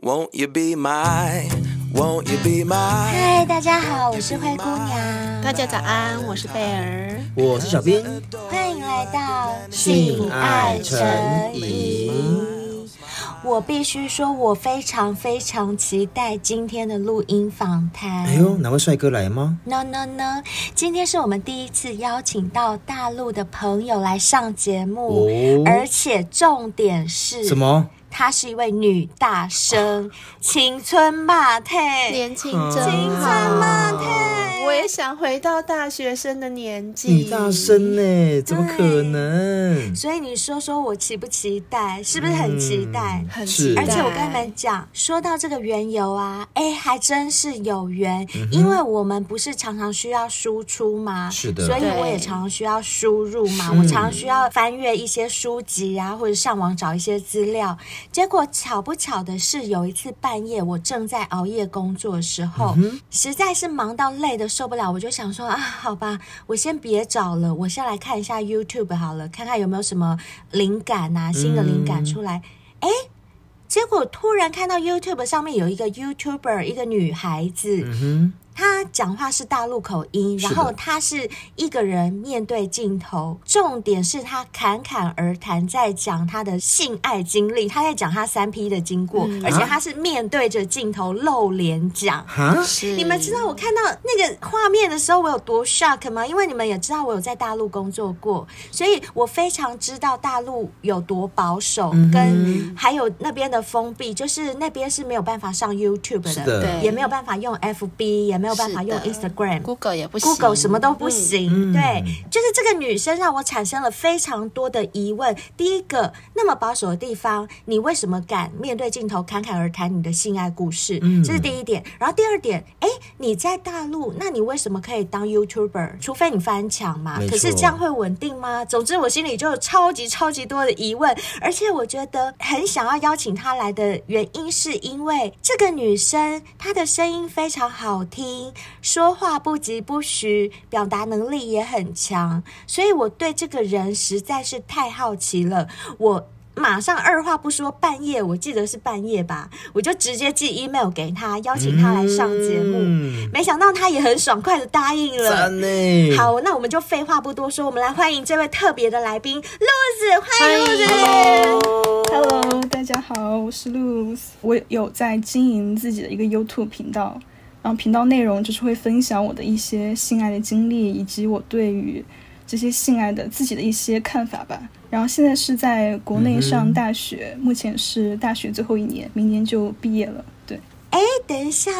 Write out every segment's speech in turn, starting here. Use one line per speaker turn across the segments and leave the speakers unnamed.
Won't you be my? Won't you be my?
嗨，大家好，我是灰姑娘，
大家早安，我是贝儿。
我是小编，
欢迎来到
性爱成瘾。
我必须说，我非常非常期待今天的录音访谈。
哎呦，哪位帅哥来吗？
No no no！今天是我们第一次邀请到大陆的朋友来上节目，
哦
而且重点是
什？么？
她是一位女大生，青春骂退，
哎年轻
青
真
春骂
好，
退，
我也想回到大学生的年纪。
你大声呢？怎么可能？
所以你说说我期不期待？是不是很期待？
嗯很
是
期待
而且我跟你们讲，说到这个缘由啊，哎、还真是有缘、
嗯
因为我们不是常常需要输出吗？
是的
啊所以
对
我也常常需要输入嘛，
是
我常常需要翻阅一些书籍啊，或者上网找一些资料。结果巧不巧的是，有一次半夜我正在熬夜工作的时候，
嗯
实在是忙到累的受不了，我就想说啊，好吧，我先别找了，我先来看一下 YouTube 好了，看看有没有什么灵感啊，新的灵
嗯
感出来。哎、结果突然看到 YouTube 上面有一个 YouTuber，一个女孩子，
嗯
她讲话是大陆口音，
是
然
的
后她是一个人面对镜头，重点是她侃侃而谈，在讲她的性爱经历，她在讲她三 P 的经过，
嗯
而且她是面对着镜头露脸讲。
哼，哈，
是
你们知道我看到那个画面的时候，我有多 shock 吗？因为你们也知道我有在大陆工作过，所以我非常知道大陆有多保守，
嗯
跟还有那边的封闭，就是那边是没有办法上 YouTube 的，
是的，
对
也没有办法用 FB，也没有办法用
是的
Instagram。
Google 也不行
Google 什么都不行，
嗯
对，就是这个女生让我产生了非常多的疑问。第一个，那么保守的地方，你为什么敢面对镜头侃侃而谈你的性爱故事？
嗯
这是第一点。然后第二点，哎，你在大陆，那你为什么可以当 YouTuber？除非你翻墙嘛。
没错
可是这样会稳定吗？总之，我心里就有超级超级多的疑问，而且我觉得很想要邀请她来的原因，是因为这个女生她的声音非常好听，说话不疾不徐，表达能力也很强，所以我对这个人实在是太好奇了。我。马上二话不说，半夜我记得是半夜吧，我就直接寄 email 给她，邀请她来上节目。
嗯
没想到她也很爽快的答应了，
赞呢。，
好，那我们就废话不多说，我们来欢迎这位特别的来宾露子，欢迎露子。
Hello，大家好，我是 Luz。我有在经营自己的一个 YouTube 频道，然后频道内容就是会分享我的一些性爱的经历，以及我对于这些性爱的自己的一些看法吧。然后现在是在国内
嗯
上大学，目前是大学最后一年，明年就毕业了。对，
哎，等一下，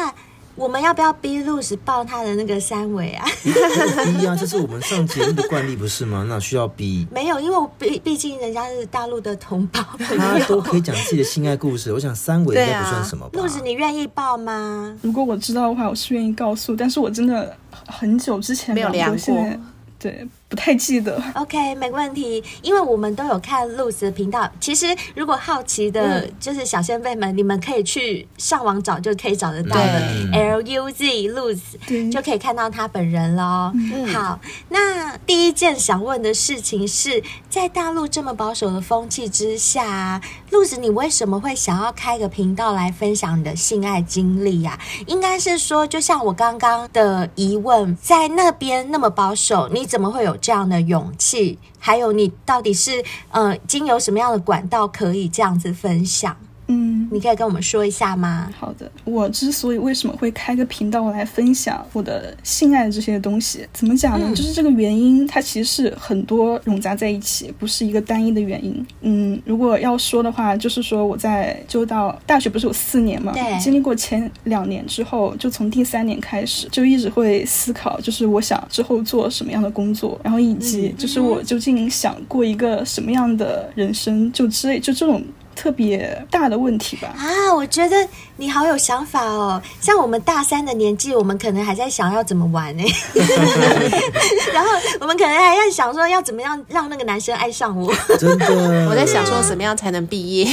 我们要不要逼露子报他的那个三围啊？
逼啊！这是我们上节目的惯例，不是吗？那需要逼。
没有，因为我毕毕竟人家是大陆的同胞朋
他都
友。
可以讲自己的性爱故事，我想三维应该不算什么 吧
露？子，你愿意报吗？
如果我知道的话，我是愿意告诉，但是我真的很久之前
没有
聊
量
过，现在
过
对不太记得。
OK，没问题，因为我们都有看露子的频道。其实，如果好奇的，就是小先辈们，你们可以去上网找，就可以找得到的。L U Z 露子
对
就可以看到他本人喽。好，那第一件想问的事情是在大陆这么保守的风气之下，露子，你为什么会想要开个频道来分享你的性爱经历呀、应该是说，就像我刚刚的疑问，在那边那么保守，你怎么会有这样的勇气？还有，你到底是呃，经由什么样的管道可以这样子分享？
嗯，
你可以跟我们说一下吗？
好的，我之所以为什么会开个频道来分享我的性爱这些东西，怎么讲呢？
嗯
就是这个原因，它其实是很多冗杂在一起，不是一个单一的原因。嗯，如果要说的话，就是说我在就到大学不是有四年嘛
对，
经历过前两年之后，就从第三年开始就一直会思考，就是我想之后做什么样的工作，然后以及
嗯
就是我究竟想过一个什么样的人生，就之类就这种特别大的问题吧。
啊，我觉得你好有想法哦！像我们大三的年纪，我们可能还在想要怎么玩呢、 然后我们可能还在想说要怎么样让那个男生爱上 我。
真的。
我在想说怎么样才能毕业，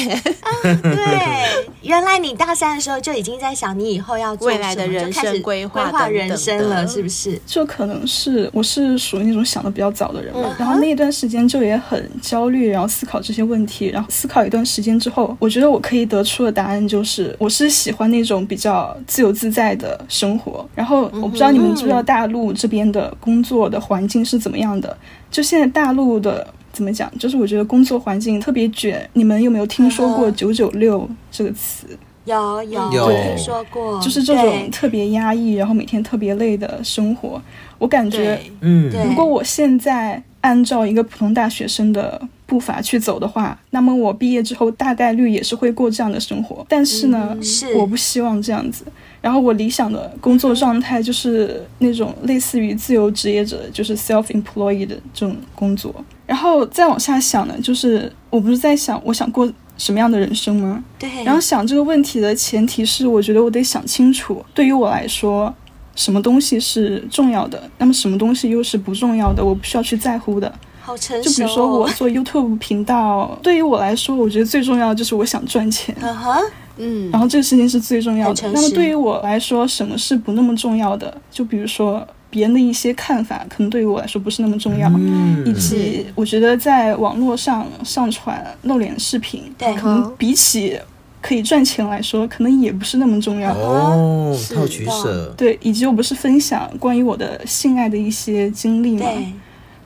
对，原来你大三的时候就已经在想你以后要做
未来的
什么就
人
开始
生
规
规划
划
等
人
等
生
的
了，是不是？
就可能是我是属于那种想的比较早的人吧，然后那一段时间就也很焦虑，然后思考这些问题，然后思考一段时间之后，我觉得我可以得出的答案就是，我是喜欢那种比较自由自在的生活。然后我不知道你们知不知道大陆这边的工作的环境是怎么样的，就现在大陆的。怎么讲？就是我觉得工作环境特别卷。你们有没有听说过“九九六”这个词？
有有，
有
我听说过，
就是这
哦对
种特别压抑，然后每天特别累的生活。我感觉
对，
嗯，
对
如果我现在按照一个普通大学生的步伐去走的话，那么我毕业之后大概率也是会过这样的生活。但是呢，
嗯是
我不希望这样子。然后我理想的工作状态就是那种类似于自由职业者，就是 self-employed 的这种工作。然后再往下想呢，就是我不是在想我想过什么样的人生吗？
对，
然后想这个问题的前提是，我觉得我得想清楚，对于我来说，什么东西是重要的，那么什么东西又是不重要的，我不需要去在乎的。
好成熟、
就
哦，
比如说我做 YouTube 频道，对于我来说，我觉得最重要的就是我想赚钱，
嗯哼，
嗯，
然后这个事情是最重要
很
的
诚。
那么
实
对于我来说，什么是不那么重要的？就比如说别人的一些看法，可能对于我来说不是那么重要。以
嗯，
及我觉得在网络上上传露脸视频，
对，
可能比起可以赚钱来说，可能也不是那么重要。
哦，
是
套取
的
舍，
对，以及我不是分享关于我的性爱的一些经历嘛，
对嗯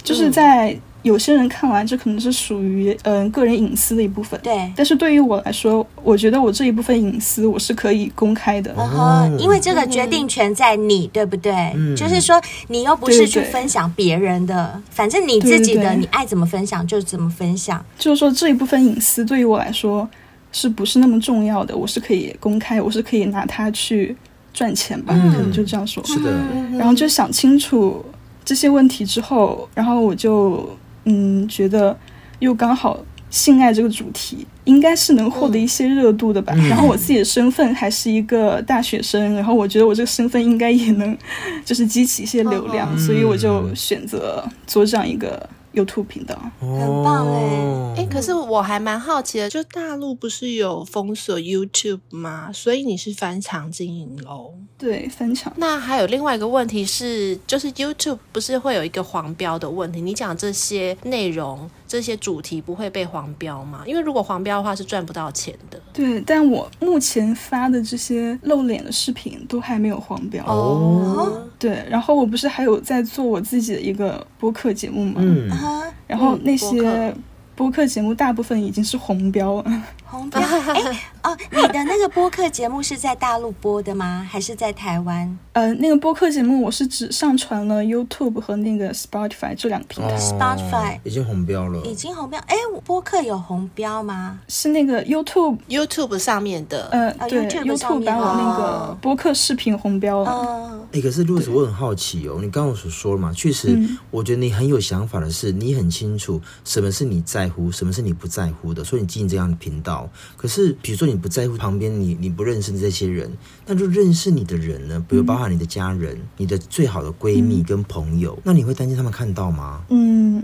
就是在有些人看来，这可能是属于嗯、呃个人隐私的一部分。
对，
但是对于我来说，我觉得我这一部分隐私我是可以公开的。
嗯哼，因为这个决定权在你，对不对？
嗯
就是说你又不是
对
去
对
分享别人的，反正你自
对
己的，
对
你爱怎么分享就怎么分享。
就是说这一部分隐私对于我来说是不是那么重要的？我是可以公开，我是可以拿它去赚钱吧，
嗯
可能就这样说。
是的，
嗯
然后就想清楚这些问题之后，然后我就嗯觉得又刚好性爱这个主题应该是能获得一些热度的吧。然后我自己的身份还是一个大学生，然后我觉得我这个身份应该也能就是激起一些流量，所以我就选择做这样一个 YouTube 频道。
很棒
哦
哎，可是我还蛮好奇的，就大陆不是有封锁 YouTube 吗？所以你是翻墙经营喽？
对，翻墙。
那还有另外一个问题是，就是 YouTube 不是会有一个黄标的问题？你讲这些内容、这些主题不会被黄标吗？因为如果黄标的话是赚不到钱的。
对，但我目前发的这些露脸的视频都还没有黄标。
哦，
对，然后我不是还有在做我自己的一个播客节目吗？
嗯
嗯，哼，
然后那
播
些
客
播客节目大部分已经是红标了，
红 标，哎哦，你的那个播客节目是在大陆播的吗？还是在台湾？
呃，那个播客节目我是只上传了 YouTube 和那个 Spotify 这两个平台，
Spotify
哦已经红标了，
已经红标？哎，播客有红标吗？
是那个 YouTube。
YouTube 上面的，
呃，
啊
对
YouTube 上
，YouTube
面
把我那个
哦
播客视频红标了。
嗯，
哎、可是路子，我很好奇哦，你刚刚所说了嘛，确实，我觉得你很有想法的是，你很清楚什么是你在乎，什么是你不在乎的，所以你进这样的频道。可是，比如说你不在乎旁边你你不认识的这些人，那就认识你的人呢，比如包含你的家人、你的最好的闺蜜跟朋友，那你会担心他们看到吗？
嗯，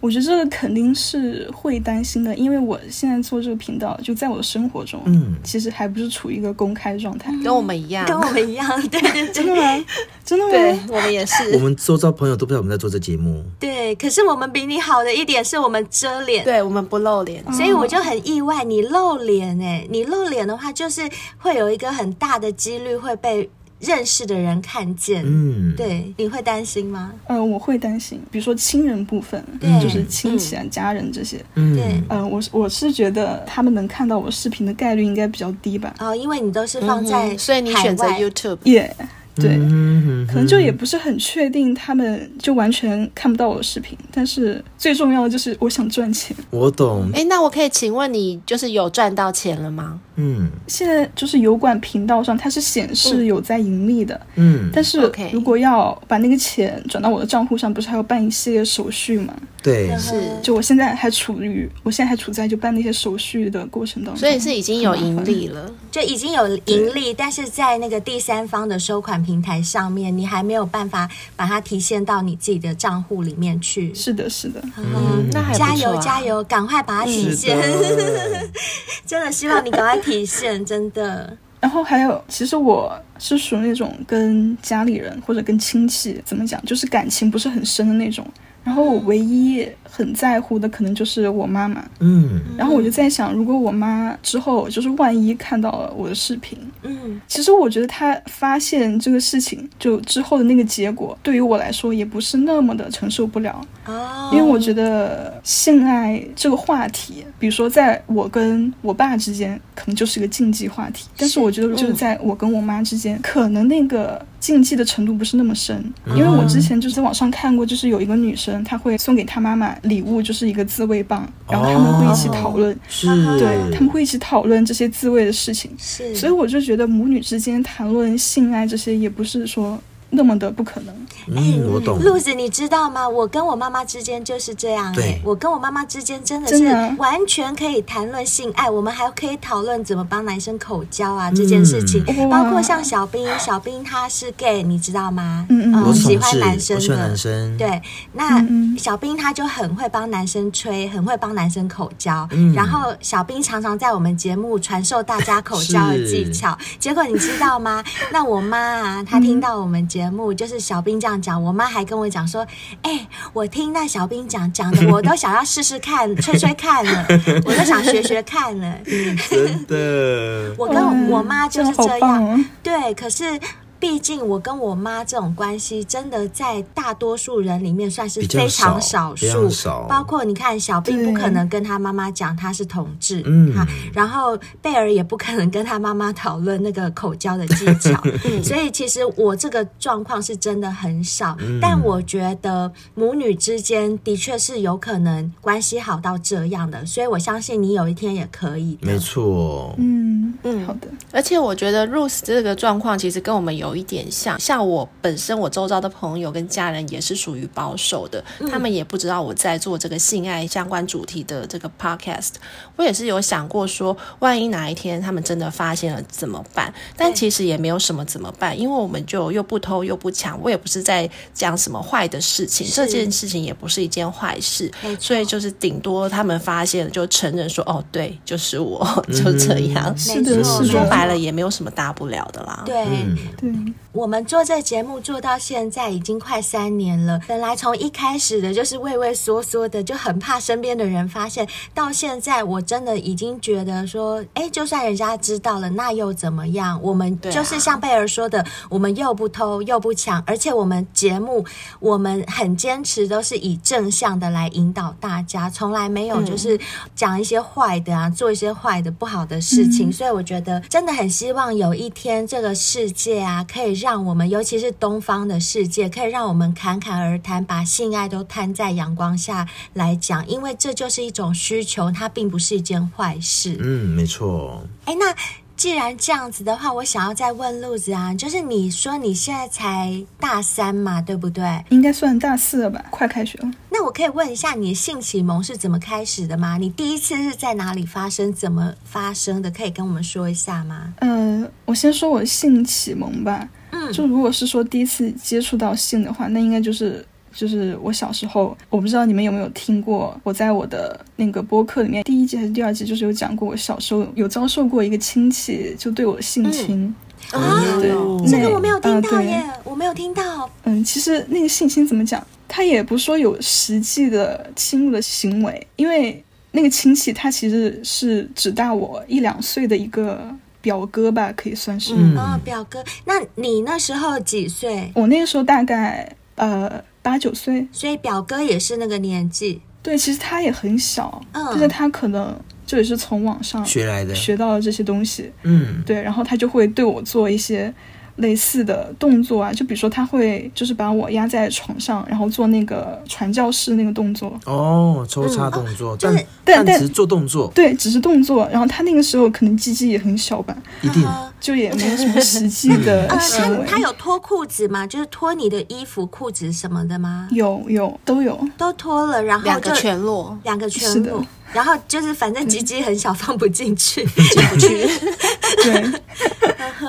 我觉得这个肯定是会担心的，因为我现在做这个频道，就在我的生活中，
嗯
其实还不是处于一个公开 状态。
跟我们一样，
跟我们一样， 对对对
真的吗？
对嗯我们也是
我。们周遭朋友都不知道我们在做这节目，
对。可是我们比你好的一点是我们遮脸，
对我们不露脸，
所
嗯
以我就很意外，你露脸哎、你露脸的话，就是会有一个很大的几率会被认识的人看见。
嗯，，
对，你会担心吗？
呃，我会担心，比如说亲人部分，
对
就是
嗯
亲戚啊、家人这些。
嗯
对，
嗯、我是我是觉得他们能看到我视频的概率应该比较低吧。
哦，因为你都是放在海外、
嗯所以你选择 YouTube，
也、对，
嗯，
可能就也不是很确定，他们就完全看不到我的视频。但是最重要的就是我想赚钱。
我懂，
哎，那我可以请问你，就是有赚到钱了吗？
嗯
现在就是油管频道上它是显示有在盈利的，
嗯，
但是
嗯 OK
如果要把那个钱转到我的账户上，不是还要办一系列手续吗？
嗯
对，
是
就我现在还处于，我现在还处在就办那些手续的过程当中，
所以是已经有盈利了。
就已经有盈利，但是在那个第三方的收款平台上面，你还没有办法把它提现到你自己的账户里面去。
是的，是的，
嗯，那还不错
加
啊
油加！油，赶快把它体
是
现！
的，
真的希望你赶快体现，真的。
然后还有，其实我是属于那种跟家里人或者跟亲戚怎么讲，就是感情不是很深的那种。然后我唯一很在乎的可能就是我妈妈。
嗯，
然后我就在想，如果我妈之后就是万一看到了我的视频，
嗯，
其实我觉得她发现这个事情就之后的那个结果，对于我来说也不是那么的承受不了。
哦，
因为我觉得性爱这个话题，比如说在我跟我爸之间，可能就是一个禁忌话题，但是我觉得
嗯
就是在我跟我妈之间，可能那个禁忌的程度不是那么深，因为我之前就是在网上看过，就是有一个女生，她会送给她妈妈礼物，就是一个自慰棒，然后他们会一起讨论，
是，嗯
对，
哦
他们会一起讨论这些自慰的事情，
是，
所以我就觉得母女之间谈论性爱这些，也不是说那么的不可能。
哎
嗯，我懂，
路子，你知道吗？我跟我妈妈之间就是这样、
对
哎，我跟我妈妈之间真的
真
是
的啊
完全可以谈论性爱，我们还可以讨论怎么帮男生口交
嗯
啊、这件事情，
哇
包括像小兵，小兵他是 gay，你知道吗？
嗯嗯
我
嗯
是
喜
同
欢
志，
男生
我喜欢男
的。
生，，
对，那
嗯嗯
小兵他就很会帮男生吹，很会帮男生口交。然后小兵常常在我们节目传授大家口交的技巧。结果你知道吗？ 那我妈啊，她听到我们节目，就是小兵这样讲，我妈还跟我讲说：“哎、我听那小兵讲讲的，我都想要试试看，吹吹看了，我都想学学看了。
真的，
我跟我妈就是
这
这
样好
样
棒，哦
对，可是毕竟我跟我妈这种关系，真的在大多数人里面算是
比较
非常
少
少
非常
数。
少
包括你看，小并不
对
可能跟他妈妈讲他是同志，
嗯
哈，然后贝尔也不可能跟他妈妈讨论那个口交的技 巧，
嗯
所以其实我这个状况是真的很少。
嗯
但我觉得母女之间的确是有可能关系好到这样的，所以我相信你有一天也可以的。
没错，
嗯
嗯
嗯，好的，
而且我觉得 Rose 这个状况其实跟我们有一点像，像我本身我周遭的朋友跟家人也是属于保守的，他们也不知道我在做这个性爱相关主题的这个 podcast。我也是有想过说，万一哪一天他们真的发现了怎么办？但其实也没有什么怎么办，因为我们就又不偷又不抢，我也不是在讲什么坏的事情，
是
这件事情也不是一件坏事
没，错
所以就是顶多他们发现了就承认说，哦，对，就是我， 就这样。
是
没
的，
错
是的，
说白了也没有什么大不了的啦。，
对，
嗯，
对，
我们做这节目做到现在已经快三年了，本来从一开始的就是畏畏缩缩的，就很怕身边的人发现，到现在我真的已经觉得说，哎，就算人家知道了，那又怎么样？我们
对啊
就是像贝尔说的，我们又不偷又不抢，而且我们节目我们很坚持都是以正向的来引导大家，从来没有
嗯
就是讲一些坏的啊，做一些坏的不好的事情，
嗯
所以我觉得真的很希望有一天这个世界啊，可以让我们，尤其是东方的世界，可以让我们侃侃而谈，把性爱都摊在阳光下来讲，因为这就是一种需求，它并不是一件坏事。
嗯，没错，
哎、那。既然这样子的话，我想要再问路子啊，就是你说你现在才大三嘛，对不对？
应该算大四了吧，快开学了。
那我可以问一下，你性启蒙是怎么开始的吗？你第一次是在哪里发生？怎么发生的？可以跟我们说一下吗？
呃，我先说我的性启蒙吧。
嗯
就如果是说第一次接触到性的话，那应该就是就是我小时候，我不知道你们有没有听过，我在我的那个播客里面第一季还是第二季，就是有讲过我小时候有遭受过一个亲戚就对我性侵。
啊
对
哦，
这个我没有听到
啊对
耶，我没有听到。
嗯其实那个性侵怎么讲，他也不是说有实际的侵入的行为，因为那个亲戚他其实是只大我一两岁的一个表哥吧，可以算是。
嗯
哦，表哥，那你那时候几岁？
我那个时候大概呃八九岁，
所以表哥也是那个年纪。
对，其实他也很小，
嗯
但是他可能就也是从网上
学来的，
学到了这些东西，
嗯，
对，然后他就会对我做一些类似的动作啊，就比如说他会就是把我压在床上，然后做那个传教士那个动作。
哦，抽插动作，但
嗯就是啊
但
但
但
只是做动作，
对，只是动作。然后他那个时候可能鸡鸡也很小吧，
一定
就也没有什么实际 的
呃，
行
他
为。
他有脱裤子吗？就是脱你的衣服、裤子什么的吗？
有有都有，
都脱了，然后
两个
就
全裸，
两个嗯全
是的
裸，然后就是反正鸡鸡很小，放不进 去。
对，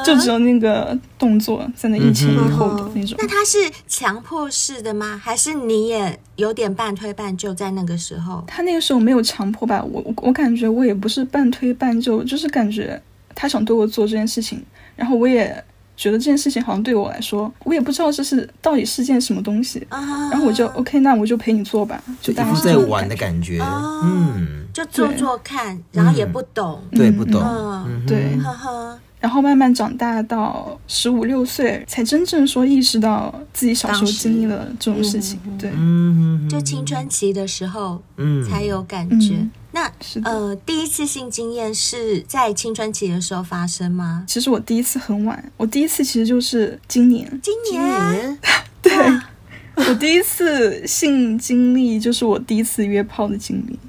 就只有那个动作在那疫情以后的那种。
嗯那他是强迫式的吗？还是你也有点半推半就在那个时候？
他那个时候没有强迫吧，我我我感觉我也不是半推半就，就是感觉他想对我做这件事情，然后我也觉得这件事情好像对我来说，我也不知道这是到底是件什么东西，
啊，
然后我就 OK，那我就陪你做吧，
就
大
一
概
副
是这
在
种
玩的
感觉。
感觉，
哦
嗯，
就做做看，然后也不懂。
对，不懂，
嗯，
嗯
对，
呵呵，
然后慢慢长大到十五六岁，才真正说意识到自己小时候
当时
经历了这种事情。对，
嗯，
就青春期的时候
嗯
才有感觉。
嗯
那
是的。
呃，第一次性经验是在青春期的时候发生吗？
其实我第一次很晚，我第一次其实就是 今年，
今年
对，我第一次性经历就是我第一次约炮的经历。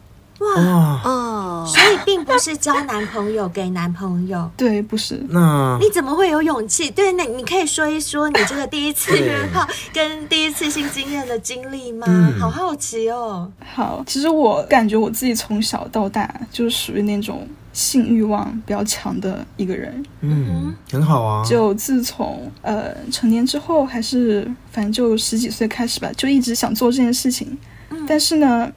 哇，
哇，
哦，
所以并不是交男朋友给男朋友。
对，不是，
那
你怎么会有勇气？对，那你可以说一说你这个第一次
对
约炮跟第一次性经验的经历吗？
嗯
好好奇哦。
好，其实我感觉我自己从小到大就是属于那种性欲望比较强的一个人。
嗯，很好啊，
就自从呃成年之后，还是反正就十几岁开始吧，就一直想做这件事情。但是呢，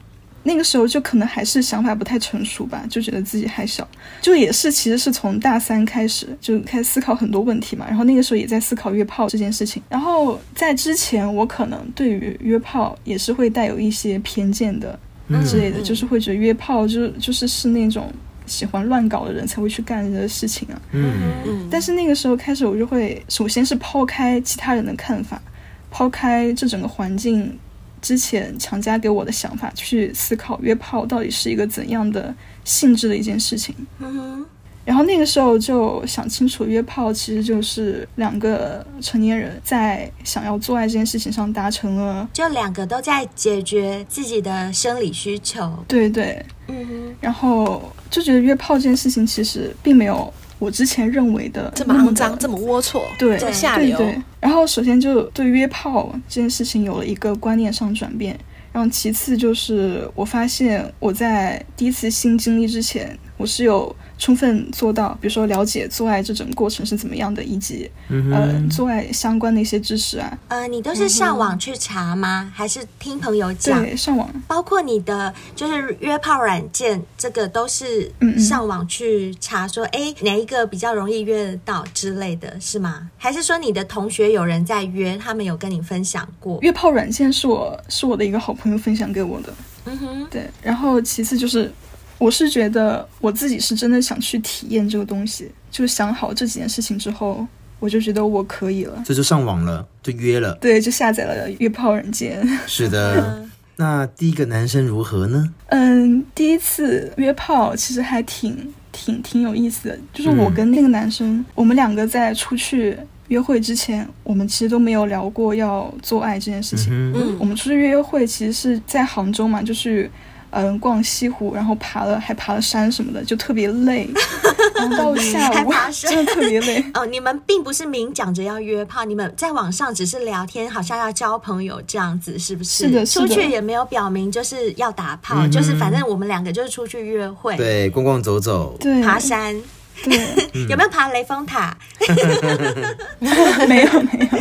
那个时候就可能还是想法不太成熟吧，就觉得自己还小，就也是其实是从大三开始就开始思考很多问题嘛。然后那个时候也在思考约炮这件事情。然后在之前，我可能对于约炮也是会带有一些偏见的
嗯
之类的，就是会觉得约炮就就是是那种喜欢乱搞的人才会去干的事情啊。
嗯
嗯，
但是那个时候开始，我就会首先是抛开其他人的看法，抛开这整个环境之前强加给我的想法，去思考约炮到底是一个怎样的性质的一件事情。
嗯
然后那个时候就想清楚，约炮其实就是两个成年人在想要做爱这件事情上达成了，
就两个都在解决自己的生理需求。
对对，
嗯
然后就觉得约炮这件事情其实并没有我之前认为的
这么
那
肮
的
脏，这么龌龊，
对
这么下流，
对对。然后首先就对约炮这件事情有了一个观念上转变，然后其次就是我发现我在第一次性经历之前，我是有充分做到，比如说了解做爱这整个过程是怎么样的，以及、
嗯
呃
哼，
做爱相关的一些知识啊，
呃，你都是上网去查吗？还是听朋友讲？
对，上网
包括你的就是约炮软件，这个都是
嗯嗯
上网去查说，哎、哪一个比较容易约得到之类的，是吗？还是说你的同学有人在约，他们有跟你分享过？
约炮软件是我是我的一个好朋友分享给我的，
嗯哼，
对，然后其次就是，我是觉得我自己是真的想去体验这个东西，就想好这几件事情之后，我就觉得我可以了。
这就上网了，就约了，
对，就下载了约炮软件。
是的。那第一个男生如何呢？
嗯，第一次约炮其实还挺挺挺有意思的，就是我跟那个男生，我们两个在出去约会之前，我们其实都没有聊过要做爱这件事情。
嗯哼，
我们出去约会其实是在杭州嘛，就是嗯逛西湖，然后爬了还爬了山什么的，就特别 累。然后到下
还
午
爬山
真的特别累。
哦，你们并不是明讲着要约炮，你们在网上只是聊天，好像要交朋友这样子，是不是？
是的是
出
的
去也没有表明就是要打炮，
嗯哼
就是反正我们两个就是出去约会，
对，逛逛走走，
对，
爬山，
对，
有没有爬雷峰塔？
没有没有。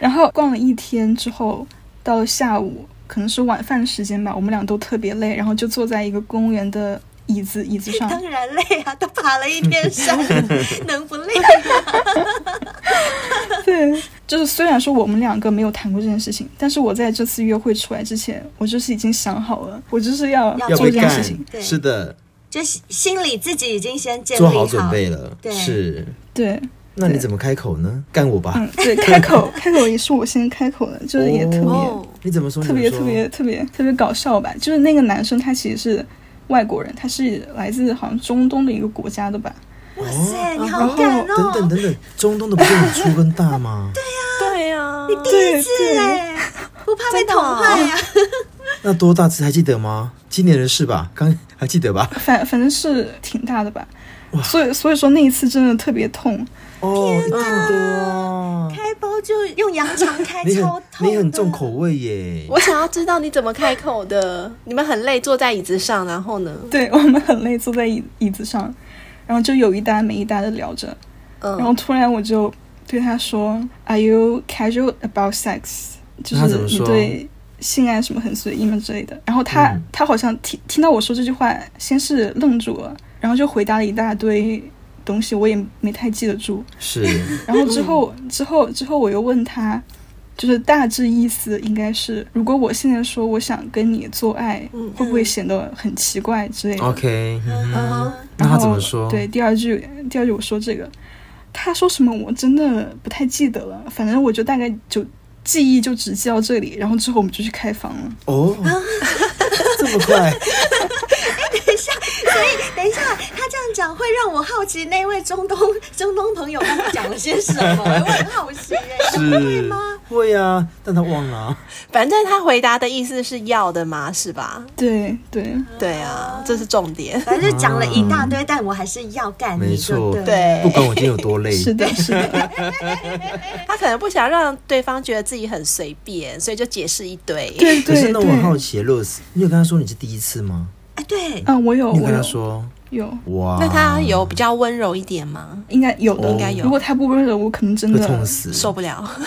然后逛了一天之后，到了下午可能是晚饭时间吧，我们俩都特别累，然后就坐在一个公园的椅子椅子 上，
当然累啊，都爬了一天山，能不累？
对，就是虽然说我们两个没有谈过这件事情，但是我在这次约会出来之前，我就是已经想好了，我就是要
要
要
做
被
这件
干
事情。，
对
是的，
就是心里自己已经先建立
做好准备了，
对
是。
对，
那你怎么开口呢？干我吧，
嗯，对，开口开口也是我先开口的，就是也特别、
哦，
你怎么说？
特
你
别
怎
特
么说
别特别特别搞笑吧。就是那个男生他其实是外国人，他是来自好像中东的一个国家的吧。
哇塞，你好
哦
敢哦！
等等等等，中东的不是很粗跟大 吗？
对啊呀、
第一
对
次
对
哎，不怕被
真的
捅
哦
坏啊！
那多大只还记得吗？今年的事吧，刚还记得吧？
反反正是挺大的吧。所以所以说那一次真的特别痛，
哦，一定的啊！
开包就用羊肠开，
你
超
很
痛
你很
的
重口味耶，
我想要知道你怎么开口的。你们很累，坐在椅子上，然后呢？
对我们很累，坐在椅椅子上，然后就有一搭没一搭的聊着，然后
嗯，
突然我就对他说：“Are you casual about sex？” 就
那他
是
怎么
你
说
对性爱什么很随意吗之类的。然后他、
嗯
他好像听听到我说这句话，先是愣住了，然后就回答了一大堆东西，我也没太记得住。
是
然后之后之后之后我又问他，就是大致意思应该是，如果我现在说我想跟你做爱，会不会显得很奇怪之类的？
OK 嗯哼。
嗯
那
然
他
后
怎么说？
对，，第二句，第二句我说这个，他说什么我真的不太记得了，反正我就大概就记忆就只记到这里，然后之后我们就去开房了。
哦，这么快，
等一下，所以等一下，他这样讲会让我好奇那位中东 中东朋友刚刚讲了些什么，我很好奇耶。
是会啊，但他忘了啊。
反正他回答的意思是要的嘛，是吧？
对对，
哎
对啊，这是重点。
反正就讲了一大堆，但我还是要干
嗯没
你，
错
就对了。
对
不，管我今天有多累，
是的，是的，嗯
他可能不想让对方觉得自己很随便，所以就解释一堆。
对
可
对
是那我很好
对。
奇，Rose，你有跟他说你是第一次吗？
哎，对，
嗯，我有，
你有
我
跟他
有
说
有，
哇？
那他有比较温柔一点吗？
应该有的，
应该
有
如果他不温柔，我可能真
哦会痛
的
死，
受不了。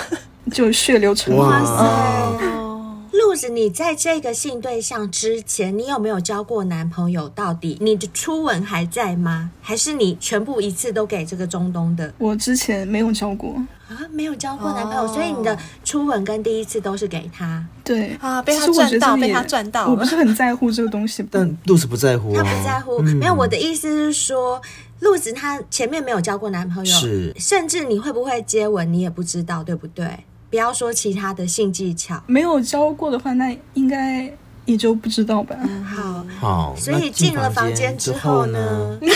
就血流成河。
哇
哇塞！
哦，
露子，你在这个性对象之前，你有没有交过男朋友？到底你的初吻还在吗？还是你全部一次都给这个中东的
我之前没有交过，
啊？没有交过男朋友，
哦
所以你的初吻跟第一次都是给他，
对
啊被他
其实我觉
赚
得
到
这个
被
也
他赚到
我不是很在乎这个东 西，
但 Rose 不在乎
他
啊，
不在乎。
嗯
没有，我的意思是说，露子她前面没有交过男朋友，
是
甚至你会不会接吻，你也不知道，对不对？不要说其他的性技巧。
没有交过的话，那应该也就不知道吧。
嗯
好，
好，
所以
那
进了
房
房间之
之
后
呢
呢？？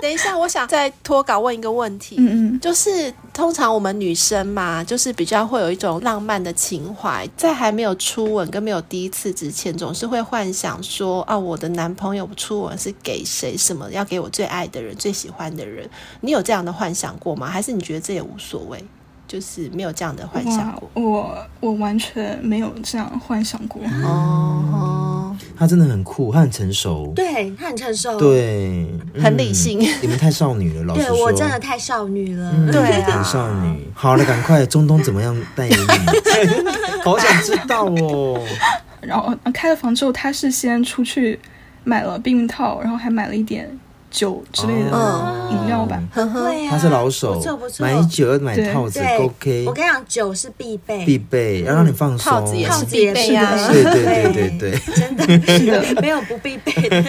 等一下，我想再脱稿问一个问题。
嗯嗯，
就是通常我们女生嘛，就是比较会有一种浪漫的情怀，在还没有初吻跟没有第一次之前，总是会幻想说啊，我的男朋友初吻是给谁什么，要给我最爱的人、最喜欢的人。你有这样的幻想过吗？还是你觉得这也无所谓，就是没有这样的幻想
哇
过？，
我我完全没有这样幻想过。
嗯
哦，
他真的很酷，他很成熟，
对哦他很成熟，
对，
很
嗯
理性
你们太少女了，老实
对
说，
我真的太少女了。
嗯
对啊
很少女。好了，赶快，中东怎么样带领你？ 好想知道哦。
然后呃开了房之后，他是先出去买了避孕套，然后还买了一点酒之类的
哦
饮料吧。
很会啊，
他是老手
不错不，错。
买酒要买
对
套子
对，
，OK，
我跟你讲，酒是必备，
必备，要让你放松。
套子也
套
是
子也
必备啊
是
对
必
对
备
对对对，
真的 没有不必备的。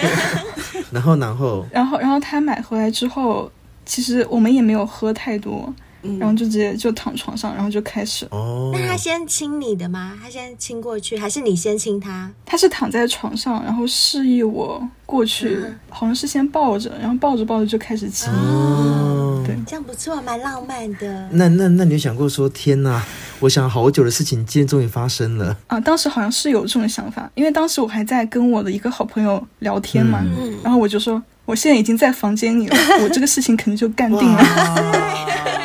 然后然后
然后然后他买回来之后，其实我们也没有喝太多，
嗯
然后就直接就躺床上，然后就开始。
哦，
那他先亲你的吗？他先亲过去，还是你先亲他？
他是躺在床上，然后示意我过去，
嗯
好像是先抱着，然后抱着抱着就开始亲。
哦
对
这样不错，蛮浪漫的。，
那那那你有想过说，天哪，我想好久的事情今天终于发生了。
啊，当时好像是有这种想法，因为当时我还在跟我的一个好朋友聊天嘛，
嗯
然后我就说我现在已经在房间里了，我这个事情肯定就干定了。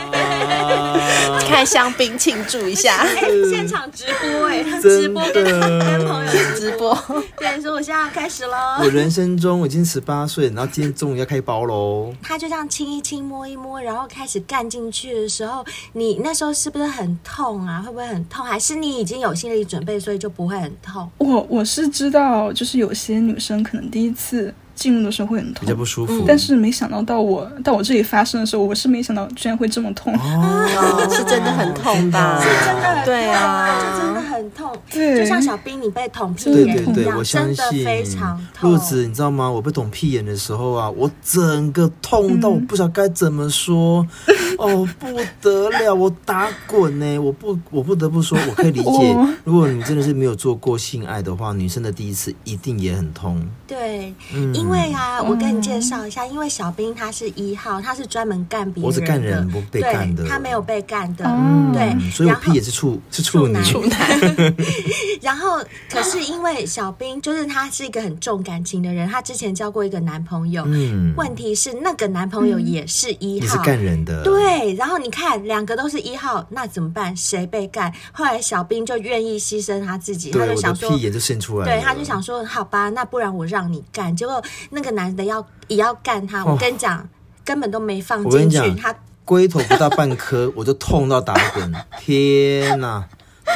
开香槟庆祝一 下
哎，现场直播哎，他直播跟
真的
跟朋友
直播。
对说，我现在要开始喽
我。人生中我已经十八岁，然后今天终于要开包喽。
他就这样亲一亲、摸一摸，然后开始干进去的时候，你那时候是不是很痛啊？会不会很痛？还是你已经有心理准备，所以就不会很痛？
我我是知道，就是有些女生可能第一次进入的时候会很
比较
痛
不，舒
嗯
服，
但是没想到到我到我这里发生的时候，我是没想到居然会这么痛。
啊
哦
是真的很痛吧
是真的很痛
对啊
就真的很痛，
对
就像小兵你被捅屁
对
眼
对
一
对，
样，
我相
真的
信
非常痛。
路子，你知道吗？我被捅屁眼的时候啊，我整个痛到我
嗯
不晓得该怎 么说，哦，不得了，我打滚呢、我不，我不得不说，我可以理 解
哦，
如果你真的是没有做过性爱的话，女生的第一次一定也很痛。
对，
嗯
因因为啊，我跟你介绍一下，因为小兵他是一号，他是专门干别人的，
我是干人不被干的
对他没有被干的，
哦
嗯
对，
所以我
然后
屁也是处是处女，
处男。然后，可是因为小兵就是他是一个很重感情的人，他之前交过一个男朋友，
嗯
问题是那个男朋友也是一
也是
号。
干人的，，
对，然后你看，两个都是一号，那怎么办？谁被干？后来小兵就愿意牺牲他自己，他
对，
就
我的
想说
屁，也就渗出来了，
对，他就想说，好吧，那不然我让你干。结果那个男的要也要干他，我
哦
跟你讲，根本都没放
我跟
进
你
去，
讲
他
龟头不到半颗， 我就痛到打滚，天哪！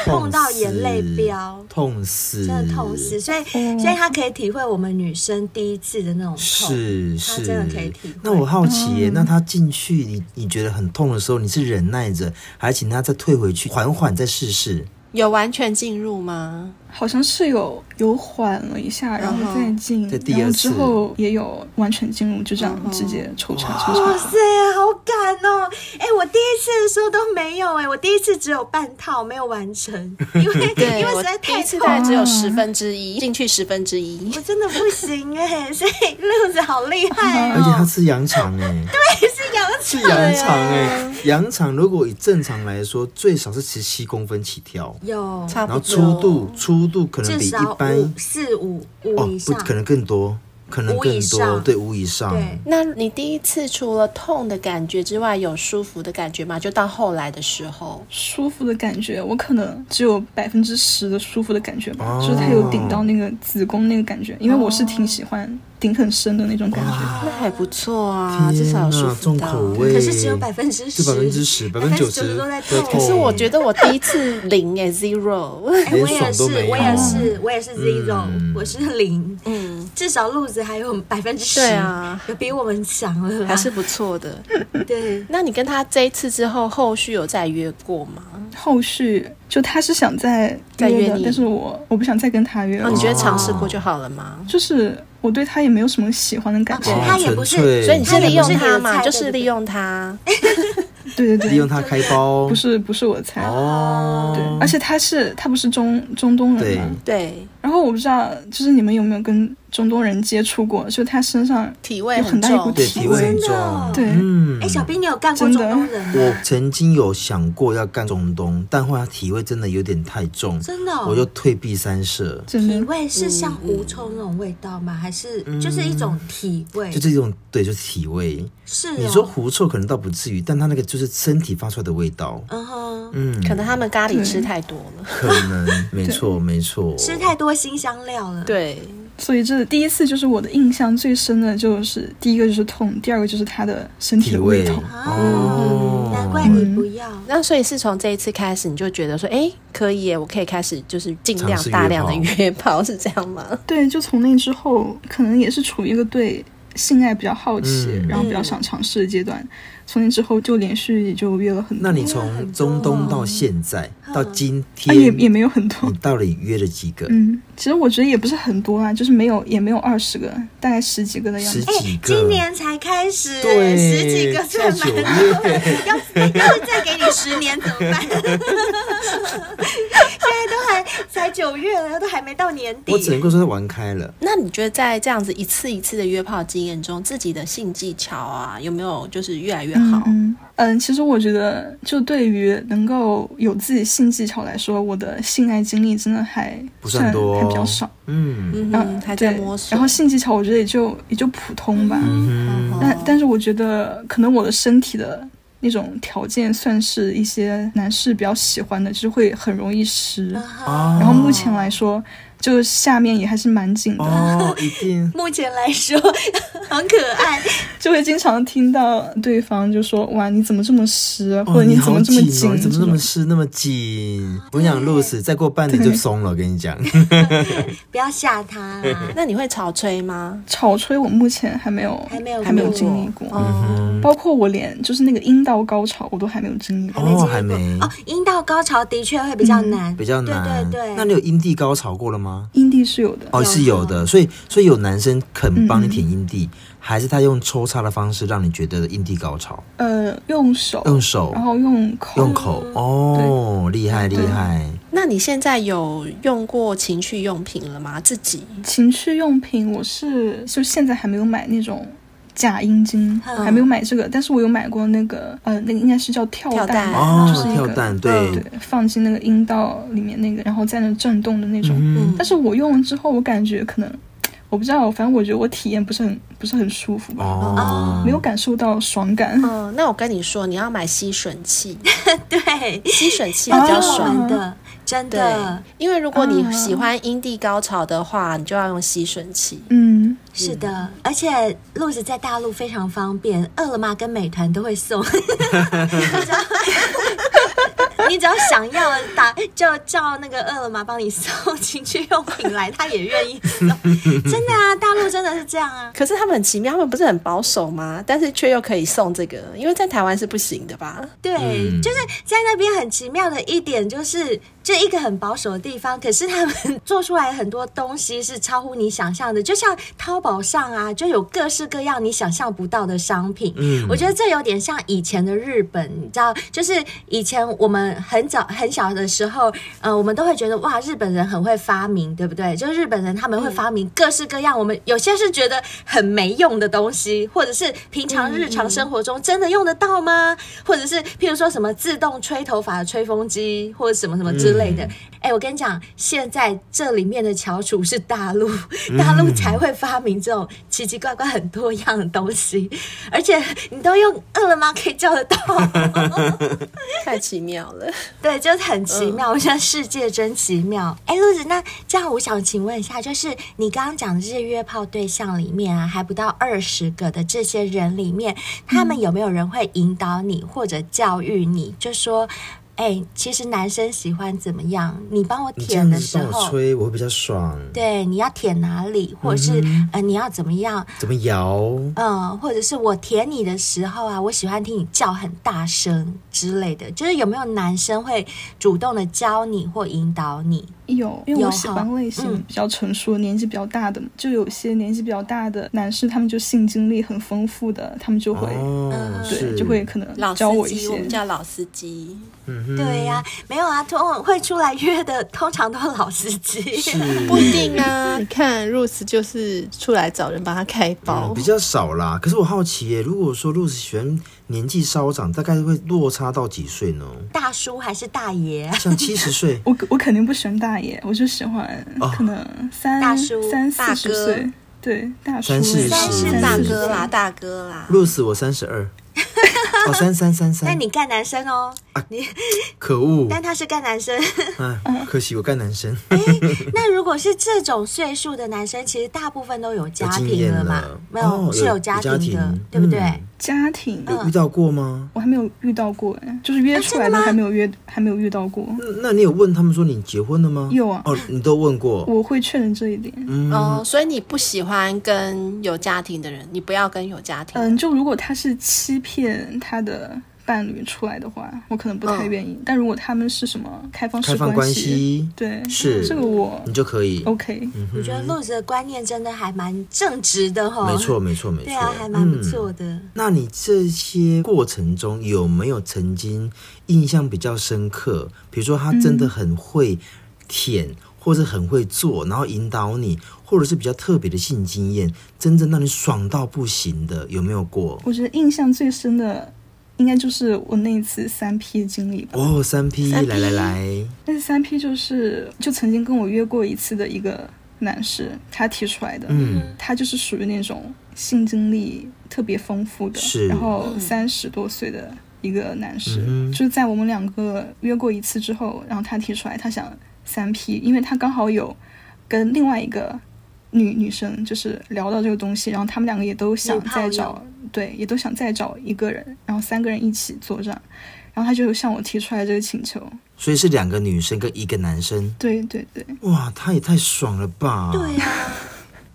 痛到
死
眼泪飙
痛死，
真的痛死，所以、
嗯
所以他可以体会我们女生第一次的那种痛，
是
他
是，
真的可以体会
那我好奇耶，那他进去，你你觉得很痛的时候，你是忍耐着，还请他再退回去，缓缓再试试？
有完全进入吗？
好像是有有缓了一下，然后再进，
再第
然
二
后
次
之后也有完全进入，就这样直接抽查抽
哇
查。
塞，好感哦！哎、我第一次的时候都没有哎、我第一次只有半套没有完 成，因为
对，
因为
我
实在
第
太
一次
痛
大概
了，
只有十分之一，进去十分之一
我。真的不行哎、 所以六子好厉害
而且他
哦，
吃羊肠哎，
是羊
吃羊肠哎，羊肠如果以正常来说，最少是十七公分起跳，
有
差
然
不
后
多。
粗度粗度可能
至
比一
少
般
五四五五
哦
以
不
上，
可能啊更多，可能
五以
更多，
上
对五以上，
对。
那你第一次除了痛的感觉之外，有舒服的感觉吗？就到后来的时候，
舒服的感觉，我可能只有百分之十的舒服的感觉吧，
哦
就是它有顶到那个子宫那个感觉，因为我是挺喜欢顶很深的那种感觉。
那还不错啊，至少有舒服
重
到。
口味，
可是只有百分之十，
就百分之十，百分之九十
都在
的
痛。
可是我觉得
得
我第一次零哎 zero，
哎，我
连
也
爽
是，
都没有
我也是，我也是 zero，、
嗯
我是零，
嗯，
至少路子还有百分之十，
对啊，
有比我们强了啦，
还是不错的。
对。
那你跟他这一次之后，后续有再约过吗？
后续就他是想再
再约
的，
你
但是我我不想再跟他约
哦，
了
你，觉得尝试过就好了吗？
就是我对他也没有什么喜欢的感觉。
哦他也不是
所以你是利用他
他也不是
嘛，
你的菜
就是利用他。
对对对，
利用它开包，
不是不是我的菜。
哦，
对，而且他是他不是中中东人
对
嘛，
对，
然后我不知道，就是你们有没有跟中东人接触过？就他身上
体味
有很大一股
重。
对
体
体味很
真的哦
重，
对
嗯
哎、小兵，你有干过
真
中
的
东人吗？
我曾经有想过要干中东，但后来体味真的有点太重，
真的哦
我就退避三舍，
真
体
的
味是像狐臭那种味道吗？还是就是一种体味？
嗯就这种对，就是体味。
是、哦、
你说狐臭可能倒不至于，但它那个就是身体发出来的味道，
嗯哼，
嗯，
可能他们咖喱吃太多了，
可能 没错没错，
吃太多新香料了。，
对，
所以这第一次就是我的印象最深的就是第一个就是痛，第二个就是他的身体
体
的
味
味道。
哦，
啊难怪你不要。
那所以是从这一次开始，你就觉得说，哎，可以耶，我可以开始就是尽
尝
量
试约炮
大量的约炮， 是这样吗？
对，就从那之后，可能也是处于一个对性爱比较好奇，
嗯
然后比较想尝试的阶段。从那之后就连续也就约了很多，
那你从中东到现在到今
啊也也
天，
没有很多
你。到底约了几个？
嗯，其实我觉得也不是很多啊，就是没有也没有二十个，大概十几个的样
十
子。
几个？
哎今年才开始，
对
十几个算蛮
下九
多的。要要是再给你十年怎么办？ 现在都还才九月了，都还没到年
我只能
底。
够说他玩开了。
那你觉得在这样子一次一次的约炮经验中，自己的性技巧啊，有没有就是越来越好？
嗯嗯，其实我觉得，就对于能够有自己性技巧来说，我的性爱经历真的还
不算多哦
还比较少。
嗯，
嗯
嗯，
哼，还在
对
摸索。
然后性技巧，我觉得也就也就普通吧。
嗯
哦
但但是我觉得，可能我的身体的那种条件，算是一些男士比较喜欢的，就是会很容易湿。
啊
然后目前来说，就下面也还是蛮紧的，
哦，一 定
目前来说很可爱，
就会经常听到对方就说：“哇，你怎么这么湿啊？”或
哦，
者
你
怎么
好
这么
紧哦，你怎么那
这种
么湿那么紧？我跟你讲露丝，再过半年就松了。我跟你讲，
不要吓他啊 啦。
那你会潮吹吗？
草吹我目前还没有，
还没有
还没有
过
经历过。
嗯
哦，
包括我连就是那个阴道高潮，我都还没有经历过。
哦，还没嗯
哦，阴道高潮的确会比较难，
比较难。
对对对
那你有阴蒂高潮过了吗？
阴蒂是有的，
哦，
有
是有的，所以所以有男生肯帮你
嗯
舔阴蒂，还是他用抽插的方式让你觉得阴蒂高潮？
呃，用手，
用手
然后用口，
用口哦，厉害厉害！
那你现在有用过情趣用品了吗？自己
情趣用品，我是就现在还没有买那种假阴茎，
嗯
还没有买这个，但是我有买过那个，呃，那个应该是叫跳
跳蛋
蛋，
哦
就是，那
跳
个
蛋
对
对，，
放进那个阴道里面那个，然后在那转动的那种。
嗯，
但是我用了之后，我感觉可能我不知道，反正我觉得我体验不是很不是很舒服
嗯
吧，
哦，
没有感受到爽感。
嗯、那我跟你说，你要买吸吮器，
对，
吸吮 器 比
要
较
哦
教我
爽。
们的，真
对
的，
因为如果你
啊
喜欢阴蒂高潮的话，你就要用吸吮器。
嗯，
是的，而且路子在大陆非常方便，饿了么跟美团都会送。 你只要想要打，就叫那个饿了么帮你送情趣用品来，他也愿意送。真的啊，大陆真的是这样啊。
可是他们很奇妙，他们不是很保守吗？但是却又可以送这个，因为在台湾是不行的 吧？
对，
嗯
就是在那边很奇妙的一点，就是这一个很保守的地方，可是他们做出来很多东西是超乎你想象的，就像淘宝上啊，就有各式各样你想象不到的商品。
嗯
我觉得这有点像以前的日本，你知道，就是以前我们很早很小的时候，呃，我们都会觉得哇，日本人很会发明，对不对？就是日本人他们会发明各式各样，我们有些是觉得很没用的东西，或者是平常日
嗯
常生活中真的用得到吗？或者是譬如说什么自动吹头发的吹风机，或者什么什么之类的。哎、我跟你讲，现在这里面的翘楚是大陆，大陆才会发明这种奇奇怪怪很多样的东西，而且你都用饿了么可以叫得到，
太奇妙了。
对，就是很奇妙。我觉得世界真奇妙。哎、露子，那这样我想请问一下，就是你刚刚讲的这些约炮对象里面啊，还不到二十个的这些人里面，他们有没有人会引导你或者教育你，就说？哎、其实男生喜欢怎么样？你帮我
你这
舔
样
的
子
时
帮我
候，
吹，我会比较爽。
对，你要舔哪里，或者
嗯
是、呃，你要怎么样？
怎么摇？
嗯，或者是我舔你的时候啊，我喜欢听你叫很大声之类的，就是有没有男生会主动的教你或引导你？
有，因为
有
我喜
哈
欢类型
嗯
比较成熟、年纪比较大的嘛，就有些年纪比较大的男士，他们就性经历很丰富的，他们就会、
嗯
哦，
对，
是
嗯就会可
老
能
司
教我一
机，
些，
我。们叫老司机。
嗯哼
对呀、没有啊，通会出来约的通常都是老司机。
是
不一定啊
你，看 Rose 就是出来找人帮他开包
嗯，比，较少啦。可是我好奇耶，如果说露丝喜欢年纪稍长，大概会落差到几岁呢？
大叔还是大爷？啊
像七十岁
我我肯定不喜欢大爷，我就喜欢
哦
可能三、
大叔
三
大
四十
哥
岁，对大叔
三四十
三
是
嗯是
四
大
十
哥啦，
岁
大哥啦。
露丝我三 十二，哦三三三
那
三，
你干男生哦，
可恶，
但他是干男 生。
哎，可惜我干男生，
那如果是这种岁数的男生，其实大部分都有家
有经
庭
验
了嘛？
了，
没有，
哦
是有
有
家
家
庭的，
庭
对不对？
嗯
家庭，
有遇到过吗？
我还没有遇到过，哎，就是
啊
约出来的还没有约，还没有遇到过。
那那你有问他们说你结婚了吗？
有啊
哦，你都问过，
我会确认这一点。
嗯
嗯
哦，所以你不喜欢跟有家庭的人，你不要跟有家庭的人。
嗯，就如果他是欺骗他的伴侣出来的话，我可能不太
嗯
愿意。但如果他们是什么开放
开
式
放关系
对，
是嗯
这个我
你就可以，
OK。
我觉得路子的观念真的还蛮正直的哈、
嗯没错，没错没错，
对啊，还蛮不
嗯
错的。
那你这些过程中有没有曾经印象比较深刻？比如说他真的很会舔，或者很会做，然后引导你，或者是比较特别的性经验，真正让你爽到不行的，有没有过？
我觉得印象最深的，应该就是我那一次三 P 的经历吧。
哦，三 P，
三 P
来来来，
那三 P 就是就曾经跟我约过一次的一个男士，他提出来的。
嗯，
他就是属于那种性经历特别丰富的，
是
然后三十多岁的一个男士，
嗯哼
就是在我们两个约过一次之后，然后他提出来他想三 P，因为他刚好有跟另外一个女女生就是聊到这个东西，然后他们两个也都想
女炮
再
友
找，对，也都想再找一个人，然后三个人一起作战，然后他就向我提出来这个请求，
所以是两个女生跟一个男生，
对对对，
哇，他也太爽了吧！
对啊，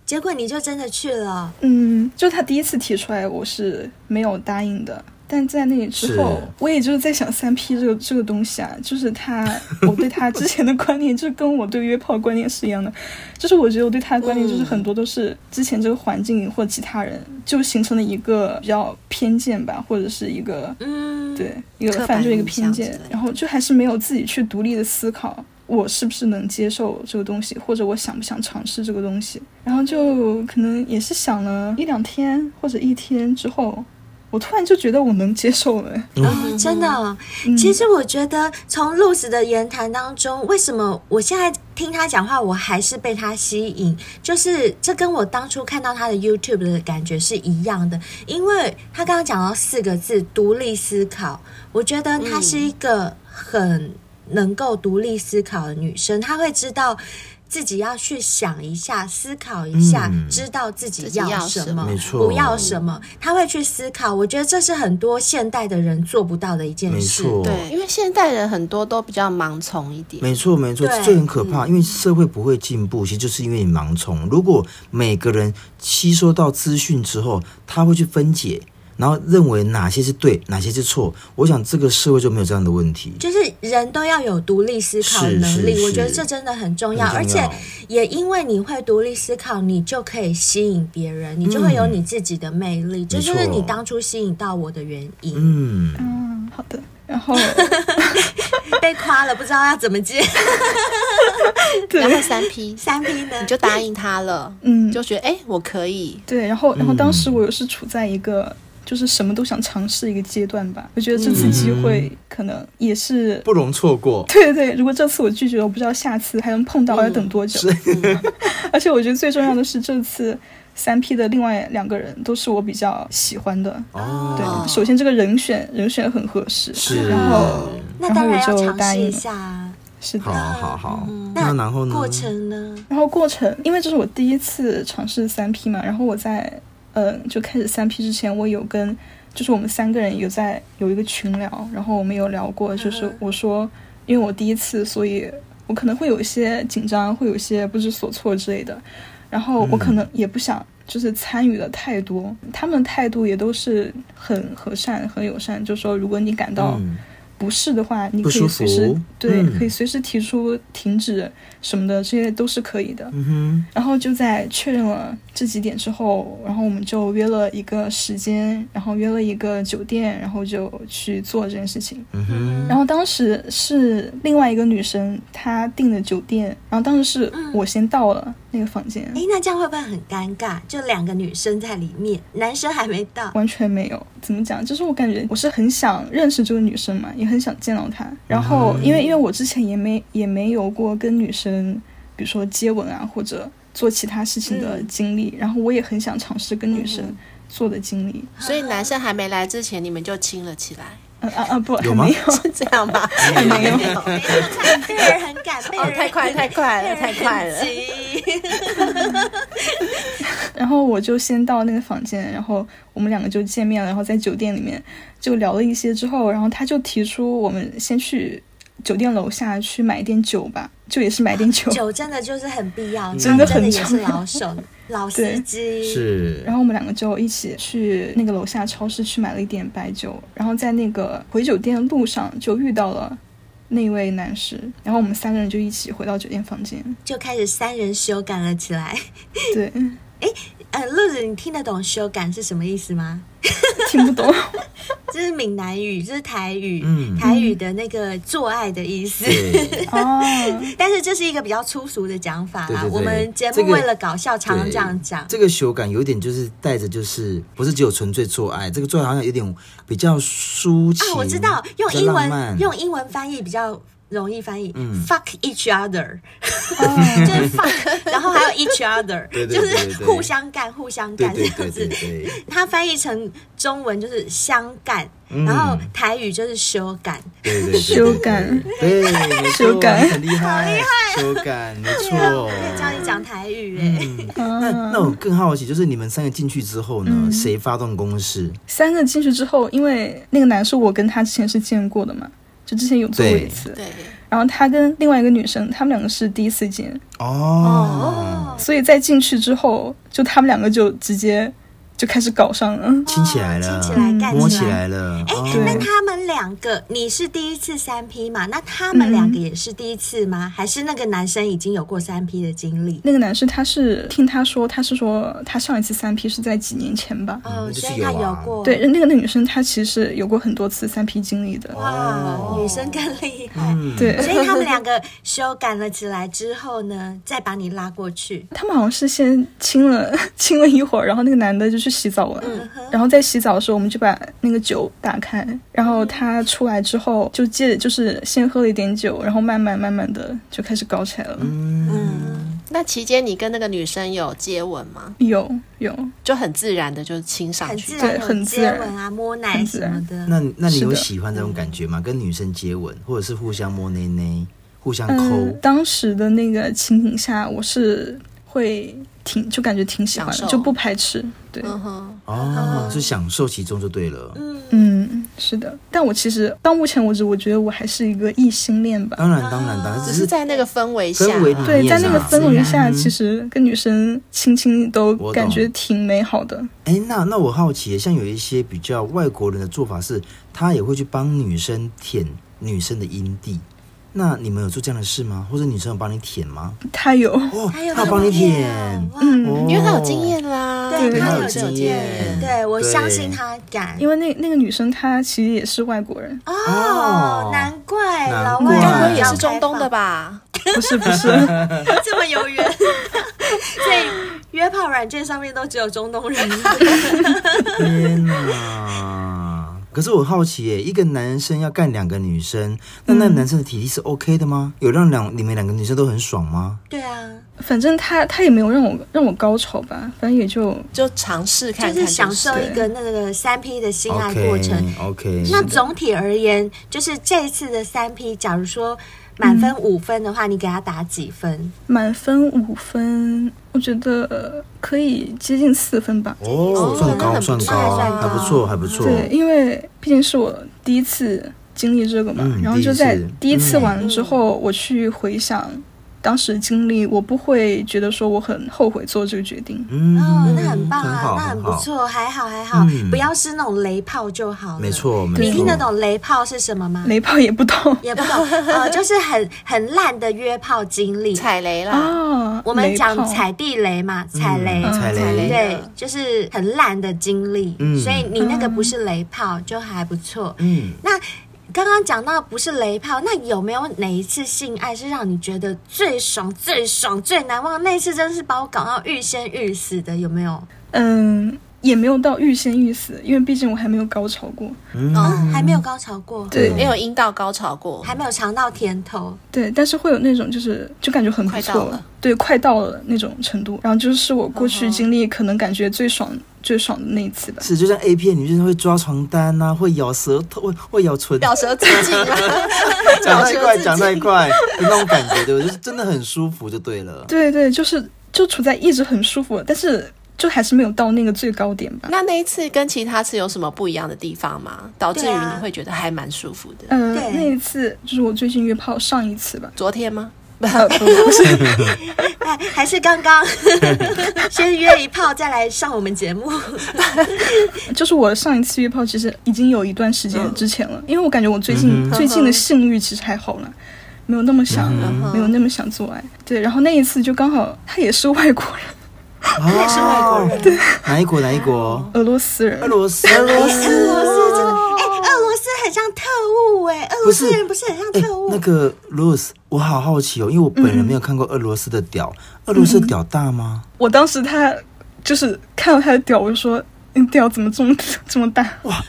结果你就真的去了，
嗯，就他第一次提出来，我是没有答应的。但在那里之后
是，
我也就是在想三 P 这个这个东西啊，就是他， 我对他之前的观念，就是跟我对约炮观念是一样的，就是我觉得我对他的观念就是很多都是之前这个环境或者其他人就形成了一个比较偏见吧，或者是一个
嗯，
对一
刻
个
板
犯罪一个
印
偏
象之类
见
的，
然后就还是没有自己去独立的思考，我是不是能接受这个东西，或者我想不想尝试这个东西，然后就可能也是想了一两天或者一天之后，我突然就觉得我能接 受了。
嗯
哦，真的哦、
嗯
其实我觉得从露丝的言谈当中，为什么我现在听他讲话，我还是被他吸引？就是这跟我当初看到他的 YouTube 的感觉是一样的，因为他刚刚讲到四个字“独立思考”，我觉得她是一个很能够独立思考的女生，她会知道。自己要去想一下，思考一下，
嗯
知道自己
自己
要
要
什
什
么
么，
没错
不要什么，他会去思考。我觉得这是很多现代的人做不到的一件
没
事。
错，
对，因为现代人很多都比较盲从一点，
没错，没错
对，
这很可怕，因为社会不会进步，其实就是因为你盲从。如果每个人吸收到资讯之后，他会去分解，然后认为哪些是对，哪些是错，我想这个社会就没有这样的问题。
就是人都要有独立思考
是
能力，
是
我觉得
是
这真的很重要。
很重
而且
要
也因为你会独立思考，你就可以吸引别人，你就会有你自己的魅力。这就是
嗯没错
你当初吸引到我的原因。
嗯，
嗯，好的。然 后
被夸了，不知道要怎么接
然后三 P，
三 P 呢？
你就答应他了，
嗯
你就觉得哎、我可以，
对，然后然后当时
嗯
我又是处在一个。就是什么都想尝试一个阶段吧，我觉得这次机会
嗯
可能也是，
不容错过。
对对，如果这次我拒绝了，我不知道下次还能碰到，要等多久。 而且我觉得最重要的是，这次三 P 的另外两个人都是我比较喜欢的。
哦，
对，首先这个人选人选很合适，
是
啊然后
那当然
然后
要
我就
尝
答
试
应
一
了
下啊。
是
好
的。
好好，
那
那然后呢？
过程呢？
然后过程，因为这是我第一次尝试三 P 嘛，然后我在呃就开始三 P 之前，我有跟就是我们三个人有在有一个群聊，然后我们有聊过，就是我说因为我第一次，所以我可能会有一些紧张，会有一些不知所措之类的，然后我可能也不想。就是参与的太多，他们的态度也都是很和善、很友善。就说如果你感到
嗯，
不是的话，你
不
可以
舒
随时
服
对，
嗯
可以随时提出停止什么的，这些都是可以的。
嗯
然后就在确认了这几点之后，然后我们就约了一个时间，然后约了一个酒店，然后就去做这件事情。
哼，嗯哼，
然后当时是另外一个女生她订的酒店，然后当时是我先到了那个房间，
哎，那这样会不会很尴尬？就两个女生在里面，男生还没到。
完全没有。怎么讲？就是我感觉我是很想认识这个女生嘛，也很想见到她。然
嗯
后因为因为我之前也没也没有过跟女生，比如说接吻啊，或者做其他事情
嗯
的经历，然后我也很想尝试跟女生做的经历。
所以男生还没来之前，你们就亲了起来，
嗯啊啊，不，还
有吗
没有，
是 这样吧？
没 有。
没有看贝尔很赶，贝
哦
尔，
太快，太快
贝尔
了，太快了
很。急。
然后我就先到那个房间，然后我们两个就见面了，然后在酒店里面就聊了一些之后，然后他就提出我们先去酒店楼下去买点酒吧，就也是买点酒。
酒真的就是很必要，
嗯
他
真的很
真的也是
重要
老 手、老司
对
机。
是，
然后我们两个就一起去那个楼下超市去买了一点白酒，然后在那个回酒店的路上就遇到了那位男士，然后我们三个人就一起回到酒店房间。
就开始三人修改了起来。
对，
呃，露子，你听得懂修改是什么意思吗？
听不 懂，
这是闽南语，这是台语，
嗯
台语的那个做爱的意思。
对，
哦，
但是这是一个比较粗俗的讲法啦。
对对对
我们节
这
目
个
为了搞笑，常常
对
这样讲。
这个修改有一点就是带着，就是不是只有纯粹做爱，这个做爱好像有点比较抒情。
啊，我知道，用
比较
英
浪
文
漫
用英文翻译比较容易翻译。
嗯
fuck each other，
哦
就是 fuck，然后还有 each other，
对对
就
对
是
对
互相干、互相
对
干这
对
样
对
子
对。 对，
它翻译成中文就是相干，
嗯
然后台语就是修改。
对对对，
修改
对，对，没错
修改
很厉害，修改，没错。
啊可以教你讲台语哎、
嗯那那我更好奇，就是你们三个进去之后
嗯
呢，谁发动攻势？
三个进去之后，因为那个男士我跟他之前是见过的嘛，就之前有做过一次，
对，
然后他跟另外一个女生，他们两个是第一次见，
哦，
所以在进去之后，就他们两个就直接就开始搞上了。
亲起来了，
亲起来干
摸
起
起
来
来了。
哎、
哦
对
那他们两个，你是第一次三 P 嘛？那他们两
嗯
个也是第一次吗？还是那个男生已经有过三 P 的经历？
那个男生他是听他说，他是说他上一次三 P 是在几年前吧？
哦，
那就是
所以他
有啊
过。
对，那个那女生她其实有过很多次三 P 经历的。
哦
哇，嗯女生更厉害。
嗯
对，
所以他们两个修改了起来之后呢，再把你拉过去。
他们好像是先亲了亲了一会儿，然后那个男的就去洗澡了。
嗯
然后在洗澡的时候，我们就把那个酒打开，然后他出来之后就借就是先喝了一点酒，然后慢慢慢慢的就开始搞起来了。
那期间你跟那个女生有接吻吗？
有有，
就很自然的就亲上
很
去
自。然，
对很
有
自
接
然
吻啊，摸奶什么的。
那那你
是
有
的
喜欢这种感觉吗？跟女生接吻，或者是互相摸内内，互相抠
嗯，？当时的那个情景下，我是会挺就感觉挺喜欢的，
享受
就不排斥。对，
嗯哼，
哦，是享受其中就对了。
嗯，是的。但我其实到目前为止，我觉得我还是一个异性恋吧。
当然，当然，当然，
只
只
是
是
在那个氛围下
氛围里
啦，
对，
面
在那个
啊
氛围下，
嗯
其实跟女生亲亲都
我懂
感觉挺美好的。
哎，那那我好奇，像有一些比较外国人的做法是，他也会去帮女生舔女生的阴蒂。那你们有做这样的事吗？或者女生有帮你舔吗？
他有，
哦，
还有
他有帮你舔，
哇，
嗯，
哦
因为她有经验啦，
对
他
他
有
有
经
经
验
验，对我
对
相信他敢。
因为那那个女生她其实也是外国人，
哦
哦，
难怪
难
老
怪
外
该
不
不
会
会
也
也
是
是
中东的吧？
不是不是，
这么有缘， 所以约炮软件上面都只有中东 人。
天哪！可是我好奇耶，一个男生要干两个女生，那那男生的体力是 OK 的吗？有让两你们两个女生都很爽吗？
对啊，
反正她她也没有让我让我高潮吧，反正也就
就尝试看
就
看，
是享受一个那个三 P 的性爱过程。
OK，, o k
那总体而言，就是这一次的三 P，假如说满分五分的话，你给他打几分？
满分五分，我觉得可以接近四分吧。
哦，
哦
算
那
高
很
算
不
错
高，
还算
还
高
不错，还不错。
对，因为毕竟是我第一次经历这个嘛，
嗯
然后就在
第一次
第一次
嗯
完了之后，我去回想当时的经历，我不会觉得说我很后悔做这个决定。
嗯
哦，那很棒
很
啊，
好，
那很不
好。
错，还好还好，
嗯
不要是那种雷炮就好了。
没，错，没错。
你听得懂雷炮是什么吗？
雷炮也不懂
也不懂，呃， 就是很很烂的约炮经历。
踩雷啦，
啊，
我们
雷
讲
炮
踩地雷嘛，踩雷，
嗯踩
踩雷
雷，
对，就是很烂的经历。
嗯
所以你那个不是雷炮，就还不错。
嗯，
那刚刚讲到不是雷炮，那有没有哪一次性爱是让你觉得最爽、最爽、最难忘？那一次真是把我搞到欲仙欲死的，有没有？
嗯，也没有到欲仙欲死，因为毕竟我还没有高潮过。
嗯，还没有高潮过，
对
没有阴道高潮过，
还没有尝到甜头。
对，但是会有那种就是就感觉很不
快到
错
了，
对，快到了那种程度。然后就是我过去经历可能感觉最爽、最爽的那一次吧。
是就像 A 片，女生会抓床单呐、会咬舌头，会会咬唇。
表舌自尽 啦，
讲
表
太
舌
快，
自
讲
尽。
太快，有那种感觉，对不对？就是真的很舒服，就对了。
对对，就是就处在一直很舒服，但是就还是没有到那个最高点吧。
那那一次跟其他次有什么不一样的地方吗？导致于
对啊
你会觉得还蛮舒服的。
呃，
对
那一次就是我最近约炮上一次吧，
昨天吗？
呃，不不是，
哎，还是刚刚 先约一炮，再来上我们节目。
就是我上一次约炮其实已经有一段时间之前了，因为我感觉我最近、最近的性欲其实还好了。没有那么想，没有那么想做爱。对，然后那一次就刚好他也是外国人，
啊，也是外国人，对，哦哪一国？哪一国？
俄罗斯人
俄。罗斯，俄罗斯，
俄罗斯真的，哎、俄罗斯很像特务哎、俄罗斯人不是很像
哎
特务？
那个 Louis，我好好奇哦，因为我本人没有看过俄罗斯的屌，俄罗斯的屌大吗？
我当时他就是看到他的屌，我就说：“你屌怎么 这么这么大？
哇，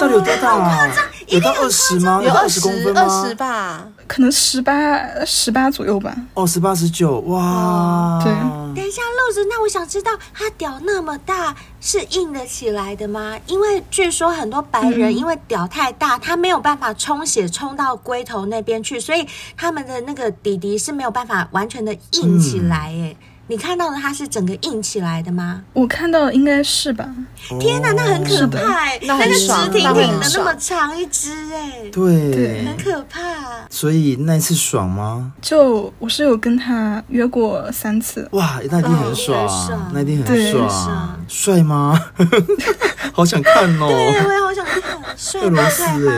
到底有多大啊？有到二十吗？
有
到
二
二
十
十公分吗？
二十吧，
可能十八十八左右吧。
哦，十八十九，哇，
对
等一下，露子，那我想知道，他屌那么大是硬得起来的吗？因为据说很多白人因为屌太大，他没有办法充血冲到龟头那边去，所以他们的那个底底是没有办法完全的硬起来耶。哎你看到的它是整个硬起来的吗？
我看到的应该是吧？
天哪，那很可
是的
怕、欸，
那
个
很
直
爽
挺
那会
挺
很
的那
爽
么长一只、欸，
对，哦
对
哎，很可怕。
所以那一次爽吗？
就我是有跟他约过三次，
哇，那一定很爽，
嗯爽
那一定很
对
爽
爽，
帅吗？好想看
对，哎我
哦，
也好想看，帅
俄罗
吗？
斯
帅吗？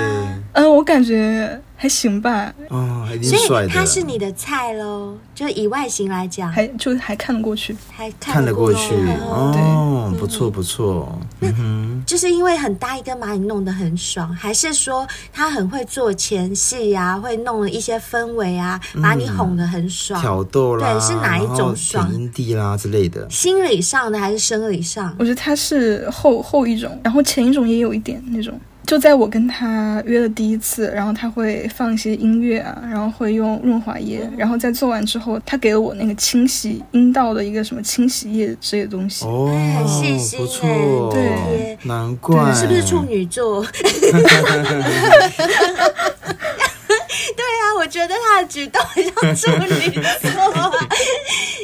哎，
呃，我感觉还行吧，
哦，一定
所
帅
以
的，
它是你的菜喽，就以外形来讲，
还就还看得过去。
还看
看得过去
哦
哦，不错不错，嗯哼，
就是因为很大一根蚂蚁弄得很爽，还是说他很会做前戏啊，会弄了一些氛围啊，把你哄得很爽？
嗯挑逗啦，
对是哪一种
然后
爽
舔阴蒂啦之类的，
心理上的还是生理上？
我觉得他是后后一种，然后前一种也有一点那种。就在我跟他约的第一次，然后他会放一些音乐啊，然后会用润滑液，然后在做完之后，他给了我那个清洗阴道的一个什么清洗液之类的东西。
哦
哎很细，心
不
哎
错，
对
难怪
是不是处？女座？对啊，我觉得他的举动很像处女座啊，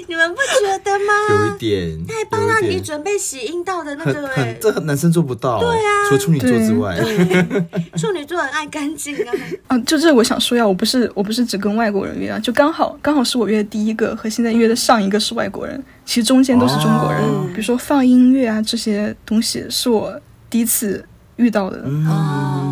你们不觉得
有
吗
一？点，
他还帮到
有一
你
点
准备洗阴道的那
很
个、欸
很，这男生做不到，对
啊
除了处女座之外，
处女座很爱干净啊。
啊，就这个我想说呀，我不是我不是只跟外国人约啊，就刚好刚好是我约的第一个和现在约的上一个是外国人，其实中间都是中国人，
哦
比如说放音乐啊这些东西是我第一次遇到的。
哦，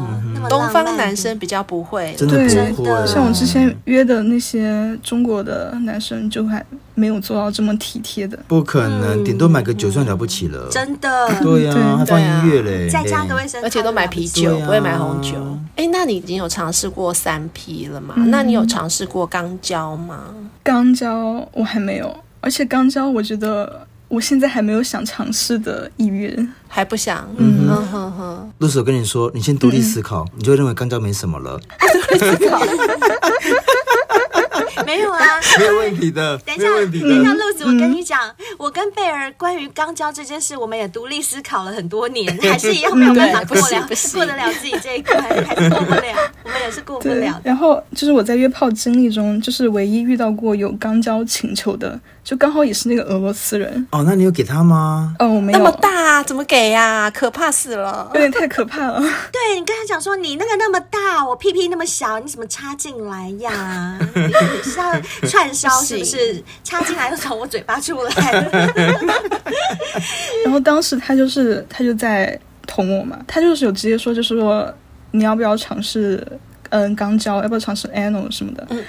嗯
那么浪漫
东方男生比较不会，
真
对
的
真
不
的
会。
像我之前约的那些中国的男生，就还没有做到这么体贴的。
不可能，顶多买个酒算了不起了。
嗯真的，啊
对呀、
对
还放音乐嘞，
再加个卫生，
而且都买啤酒，
对啊
不会买红酒。哎，那你已经有尝试过三 P 了吗？那你有尝试过肛交吗？
肛交我还没有，而且肛交我觉得我现在还没有想尝试的意愿。
还不想？嗯哼哼哼，
露丝，我跟你说，你先独立思考，你就认为肛交没什 么了，
没有啊。
没有问题的，
等一
没
下
有，问题
等一下，
的。
露子，我跟你讲，我跟贝尔关于肛交这件事，我们也独立思考了很多 年，还是一样没有办法
嗯对
过了
不行
过得了自己这一关，还是过不了，我们也是过不
对
了，的。
然后就是我在约炮经历中，就是唯一遇到过有肛交请求的，就刚好也是那个俄罗斯人。
哦，那你有给他吗？
哦，我没有，
那么大怎么给呀？可怕死了
有！点太可怕了。
对你跟他讲说，你那个那么大，我屁屁那么小，你怎么插进来呀？你是要串烧是不是？插进来又从我嘴巴出来，
然后当时他就是他就在捅我嘛，他就是有直接说，就是说你要不要尝试嗯肛交，要不要尝试 anal 什么的。
嗯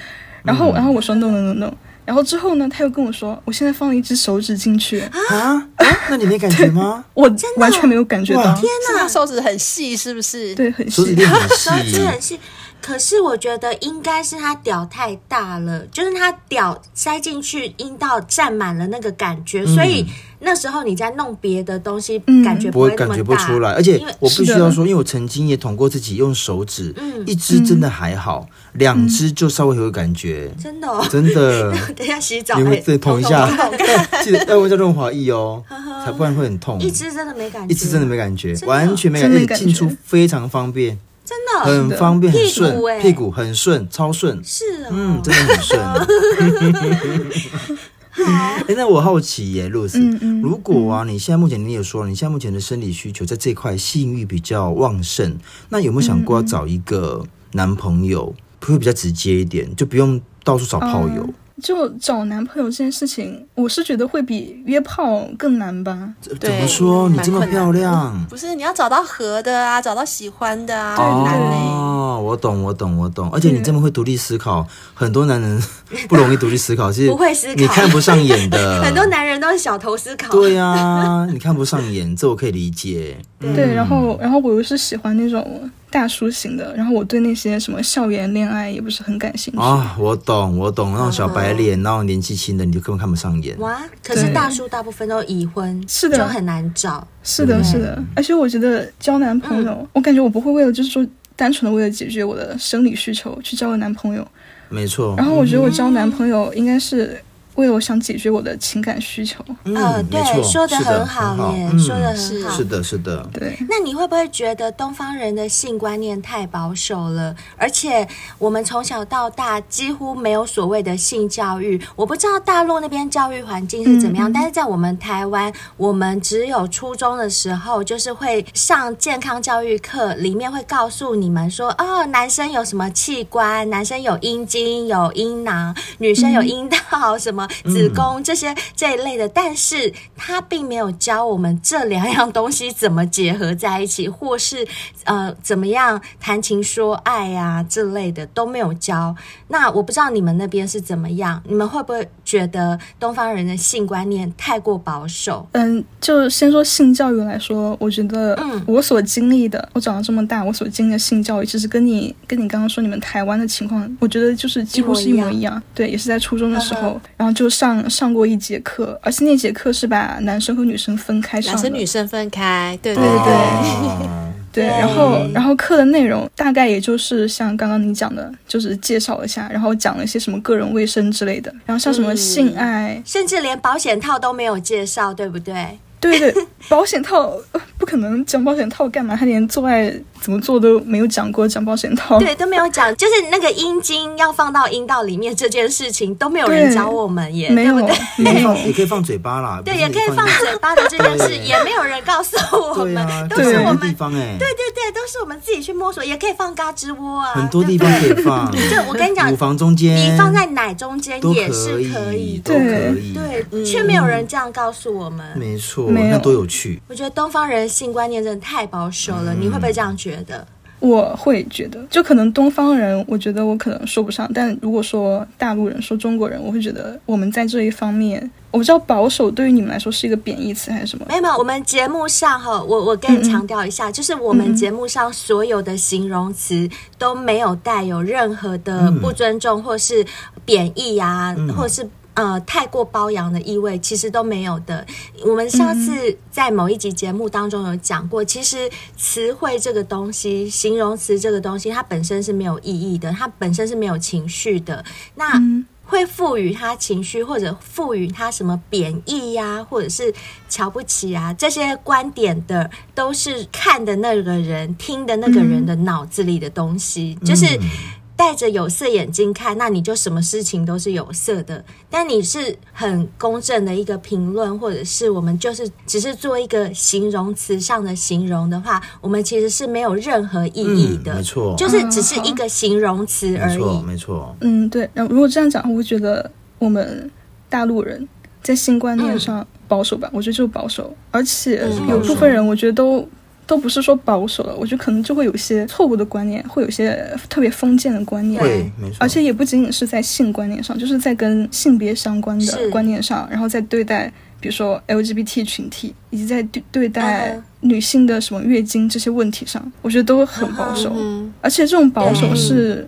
然
嗯
后然后我说 no no no no。然后之后呢，他又跟我说，我现在放了一只手指进去，
啊，啊那你没感觉吗？
我
的
完全没有感觉
哇
到，
是他手指很细，是不是？
对，很
手指一
细。
定 很
手指很
细，
细，可是我觉得应该是他屌太大了，就是他屌塞进去阴道占满了那个感觉，所以那时候你在弄别的东西，
嗯
感觉
嗯不
会
会
那
感
么
觉
大。
不出来。而且
因为
我必须
是的
要说，因为我曾经也捅过自己，用手指，
嗯
一只真的还好，两只就稍微有感觉，
真的、哦，
真的。
等一下洗澡，
你
哎
们再捅一下
捅捅 捅，
记得要用一下润滑 液哦，才不然会很痛。
一只真的没感觉，
一次真的没感觉，
真的
完全没感觉，
真的
而且进出
感觉
非常方便，
真的哦
很方便，很顺
屁股欸，
屁股很顺，超顺，
是哦，
嗯，真的很顺。 哎、那我好奇耶，露丝、
嗯嗯
如果啊，你现在目前你也说了，你现在目前的生理需求在这块性欲比较旺盛，那有没有想过要找一个男朋友，会比较直接一点，就不用到处找炮友？
嗯
嗯就找男朋友这件事情，我是觉得会比约炮更难吧。
怎
对
怎么说？你
蛮
这么
困难
漂
的
亮，
不是，你要找到合的啊，找到喜欢的啊，很难嘞。
哦，我懂，我懂，我懂。而且你这么会独立思考，很多男人 不容易独立思考，是
不会思考
你看不上眼 的。
很多男人都是小头思考，
呃对呀、你看不上眼，这我可以理解。
对，然
嗯
后然后我又是喜欢那种大叔型的，然后我对那些什么校园恋爱也不是很感兴 趣。
啊、我懂，我懂，那种小白脸，那种年纪轻的，你就根本看不上眼。
嗯哇！可是
对
大叔大部分都已婚，
是的
就很难找。
是
嗯
的，是的，而且我觉得交男朋友，我感觉我不会为了就是说单纯的为了解决我的生理需求去交个男朋友，
没错嗯
然，后我觉得我交男朋友应该是为我想解决我的情感需求。
嗯，
呃，
没
对，
错，
说得
是
很
的
好耶，
嗯
说得很
是
好
是。的，是的，
对，
那你会不会觉得东方人的性观念太保守了？而且我们从小到大几乎没有所谓的性教育。我不知道大陆那边教育环境是怎么样，但是在我们台湾，我们只有初中的时候就是会上健康教育课，里面会告诉你们说，哦，男生有什么器官，男生有阴茎、有阴囊，女生有阴道、什么子宫这些这一类的，但是他并没有教我们这两样东西怎么结合在一起，或是呃怎么样谈情说爱呀、这类的都没有教。那我不知道你们那边是怎么样，你们会不会觉得东方人的性观念太过保守？
嗯，就先说性教育来说，我觉得
嗯
我所经历的，我长到这么大，我所经历的性教育，其实跟你跟你刚刚说你们台湾的情况，我觉得就是几乎是一模
一模
一
一
样。对，也是在初中的时候，
嗯
然后就上上过一节课，而且那节课是把男生和女生分开上
男
的。
生女生分开，对
对对
哦
对，
对
然后然后课的内容大概也就是像刚刚你讲的，就是介绍一下，然后讲了一些什么个人卫生之类的，然后像什么性爱，
甚至连保险套都没有介绍，对不对？
对对， 保险套呃不可能讲保险套干嘛，他连做爱怎么做都没有讲过，讲保险
哦
套。
对，都没有讲，就是那个阴茎要放到阴道里面这件事情都没有人
对
教我们耶，
没
对
有
不对？
也可
没
以
有
放，，也可以放嘴巴啦，
对，
不
也
是
可以
你
放嘴巴 的这件事，
对
也没有人告诉我
对
们，
啊，
都是
这
我
很
们
多地方哎，
对对对，都是我们自己去摸索，也可以放嘎吱窝啊，
很多地方可以放，
对 不对。就我跟你讲
乳，房中间，
你放在奶中间
都
也是
可
以
都
的，
可以，嗯
对，却没有人这样告诉我们。
没错，
没有
那多有趣。
我觉得东方人性观念真的太保守
嗯
了，你会不会这样觉得？
我会觉得，就可能东方人，我觉得我可能说不上，但如果说大陆人、说中国人，我会觉得我们在这一方面，我不知道保守对于你们来说是一个贬义词还是什么
没。有，没有，我们节目上哈，我我跟你强调一下，
嗯
就是我们节目上所有的形容词都没有带有任何的
嗯
不尊重或是贬义啊，
嗯
或是。呃，太过包养的意味其实都没有的。我们上次在某一集节目当中有讲过，其实词汇这个东西，形容词这个东西，它本身是没有意义的，它本身是没有情绪的。那、
嗯
会赋予他情绪，或者赋予他什么贬义呀、或者是瞧不起啊，这些观点的，都是看的那个人、听的那个人
嗯
的脑子里的东西，就是。戴着有色眼镜看，那你就什么事情都是有色的。但你是很公正的一个评论，或者是我们就是只是做一个形容词上的形容的话，我们其实是没有任何意义的，
嗯没错
就是只是一个形容词而
没
已。
错，没错，
嗯，对。然后如果这样讲，我会觉得我们大陆人在性观念上保守吧，我觉得就是保守，而且
嗯
有部分人我觉得都。都不是说保守了，我觉得可能就会有一些错误的观念，会有一些特别封建的观念，
对
会没错，
而且也不仅仅是在性观念上，就是在跟性别相关
是
的观念上，然后再对待比如说 LGBT 群体，以及在对对待
嗯
啊
哼
女性的什么月经这些问题上，我觉得都很保守。
嗯，
而且这种保守
对
是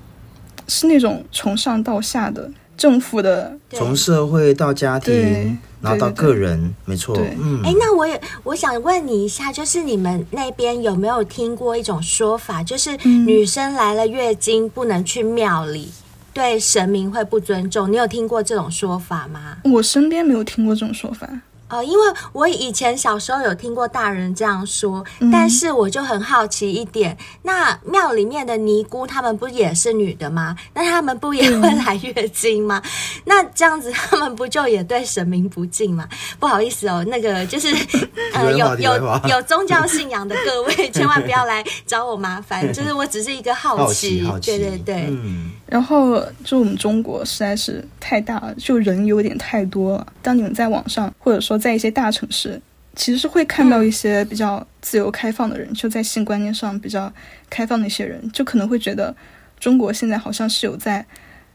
是那种从上到下的政府的，
对
从社会到家
对
庭，然后到
对对对
个人，没错
对，
嗯
哎，，那我也我想问你一下，就是你们那边有没有听过一种说法，就是
嗯
女生来了月经不能去庙里，对神明会不尊重？你有听过这种说法吗？
我身边没有听过这种说法。
哦，因为我以前小时候有听过大人这样说，
嗯
但是我就很好奇一点，那庙里面的尼姑她们不也是女的吗？那她们不也会
嗯
来月经吗？那这样子她们不就也对神明不敬吗？不好意思哦，那个就是 呃
题外
有
话
有
题外话
有宗教信仰的各位千万不要来找我麻烦，就是我只是一个好
好
奇，
奇，好奇，
对对对，
嗯，
然后就我们中国实在是太大了，就人有点太多了。当你们在网上或者说在一些大城市，其实是会看到一些比较自由开放的人，就在性观念上比较呃开放的一些人，就可能会觉得中国现在好像是有在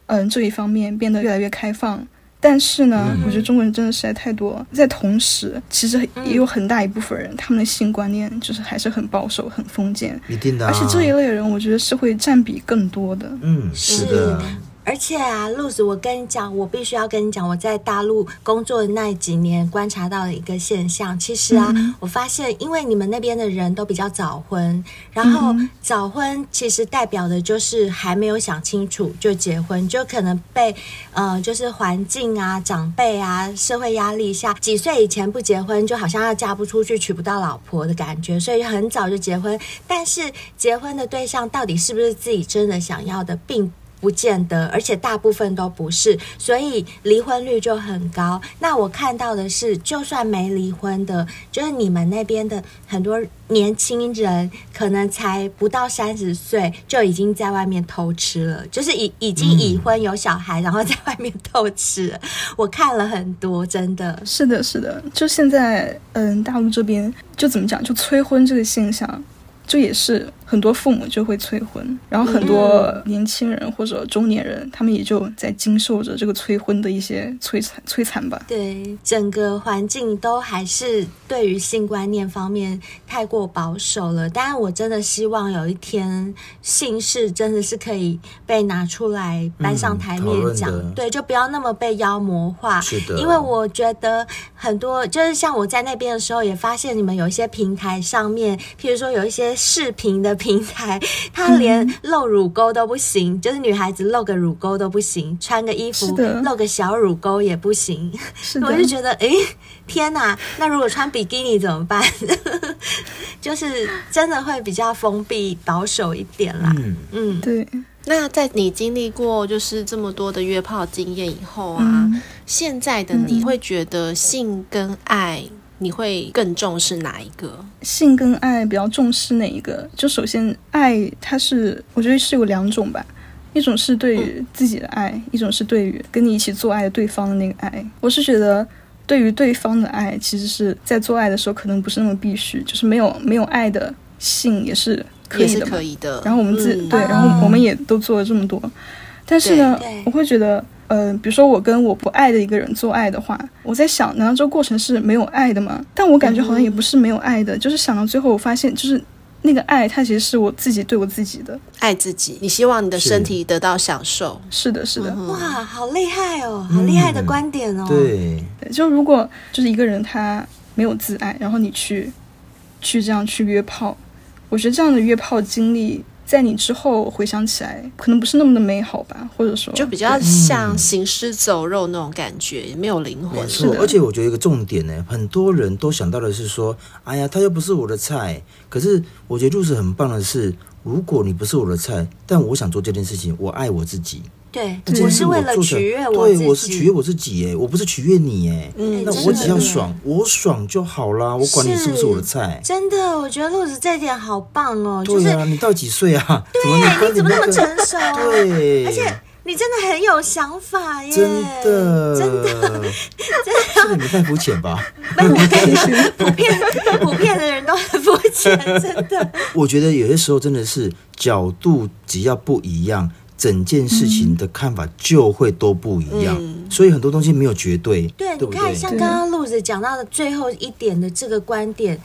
嗯这一方面变得越来越开放。但是呢，我觉得中国人真的实在太多了。在同时，其实也有很大一部分人，他们的性观念就是还是很保守、很封建，
一定的
嗯
啊，
而且这一类人，我觉得是会占比更多的。
嗯，是的，
而且啊，露子，我跟你讲，我必须要跟你讲，我在大陆工作的那几年观察到的一个现象。其实啊，我发现，因为你们那边的人都比较早婚，然后早婚其实代表的就是还没有想清楚就结婚，就可能被呃，就是环境啊、长辈啊、社会压力下，几岁以前不结婚，就好像要嫁不出去、娶不到老婆的感觉，所以很早就结婚。但是结婚的对象到底是不是自己真的想要的，并不见得，而且大部分都不是，所以离婚率就很高。那我看到的是，就算没离婚的，就是你们那边的很多年轻人，可能才不到三十岁就已经在外面偷吃了，就是已已经已婚有小孩，然后在外面偷吃了。我看了很多，真的，
是的，是的，就现在，嗯，大陆这边就怎么讲，就催婚这个现象，就也是很多父母就会催婚，然后很多
嗯
年轻人或者中年人，他们也就在经受着这个催婚的一些摧残摧残吧。
对整个环境都还是对于性观念方面太过保守了。但是我真的希望有一天姓氏真的是可以被拿出来搬上台面讲，
嗯讨论的
对，就不要那么被妖魔化。
是的
因为我觉得很多就是像我在那边的时候，也发现你们有一些平台上面，譬如说有一些视频的平台，它连露乳沟都不行，就是女孩子露个乳沟都不行，穿个衣服
是的
露个小乳沟也不行。
是的，
我就觉得，诶，天哪！那如果穿比基尼怎么办？ 就是真的会比较封闭、保守一点啦。
嗯，
嗯，
对，
那在你经历过就是这么多的约炮经验以后啊，
嗯
现在的你会觉得性跟爱，你会更重视哪一个？
性跟爱比较重视哪一个？就首先爱，它是我觉得是有两种吧，一种是对于自己的爱，一种是对于跟你一起做爱的对方的那个爱。我是觉得。对于对方的爱，其实是在做爱的时候可能不是那么必须，就是没有没有爱的性也是可
也
以
是
的嘛
可。以的。
然后我们自、
嗯
对，然后我们也都做了这么多，但是呢
对对，
我会觉得，呃，比如说我跟我不爱的一个人做爱的话，我在想，难道这个过程是没有爱的吗？但我感觉好像也
嗯
不是没有爱的，就是想到最后，我发现就是那个爱，它其实是我自己对我自己的。
爱自己，你希望你的
是
身体得到享受。
是的，
嗯
是的，
哇，好厉害哦，好厉害的观点哦。
嗯对，
对就如果就是一个人他没有自爱，然后你去去这样去约炮，我觉得这样的约炮经历。在你之后回想起来，可能不是那么的美好吧，或者说
就比较像行尸走肉那种感觉，没有灵魂
没。错。
的
而且我觉得一个重点呢，很多人都想到的是说，哎呀，他又不是我的菜。可是我觉得露丝很棒的是，如果你不是我的菜，但我想做这件事情，我爱我自己。
对，
那这
我
件事
是为了
做成
取悦自己。
对，我是取悦我自己耶，我不是取悦你耶。
嗯
那
真
我
的
只要爽，我爽就好啦，我管你是不是我的菜。
真的，我觉得露子这点好棒哦，就
对
是
啊，你到几岁啊？怎么
哎
你
你
跟
怎么那么
个？
成熟啊？
对，
而且你真的很有想法耶，
真的
真的。
的，这个你太肤浅吧？
普遍普遍的人都很肤浅，真的。
我觉得有些时候真的是角度只要不一样，整件事情的看法就会都不一样。所以很多东西没有绝对，
嗯对，
对
你
不
看，
对？
像刚刚露子讲到的最后一点的这个观点。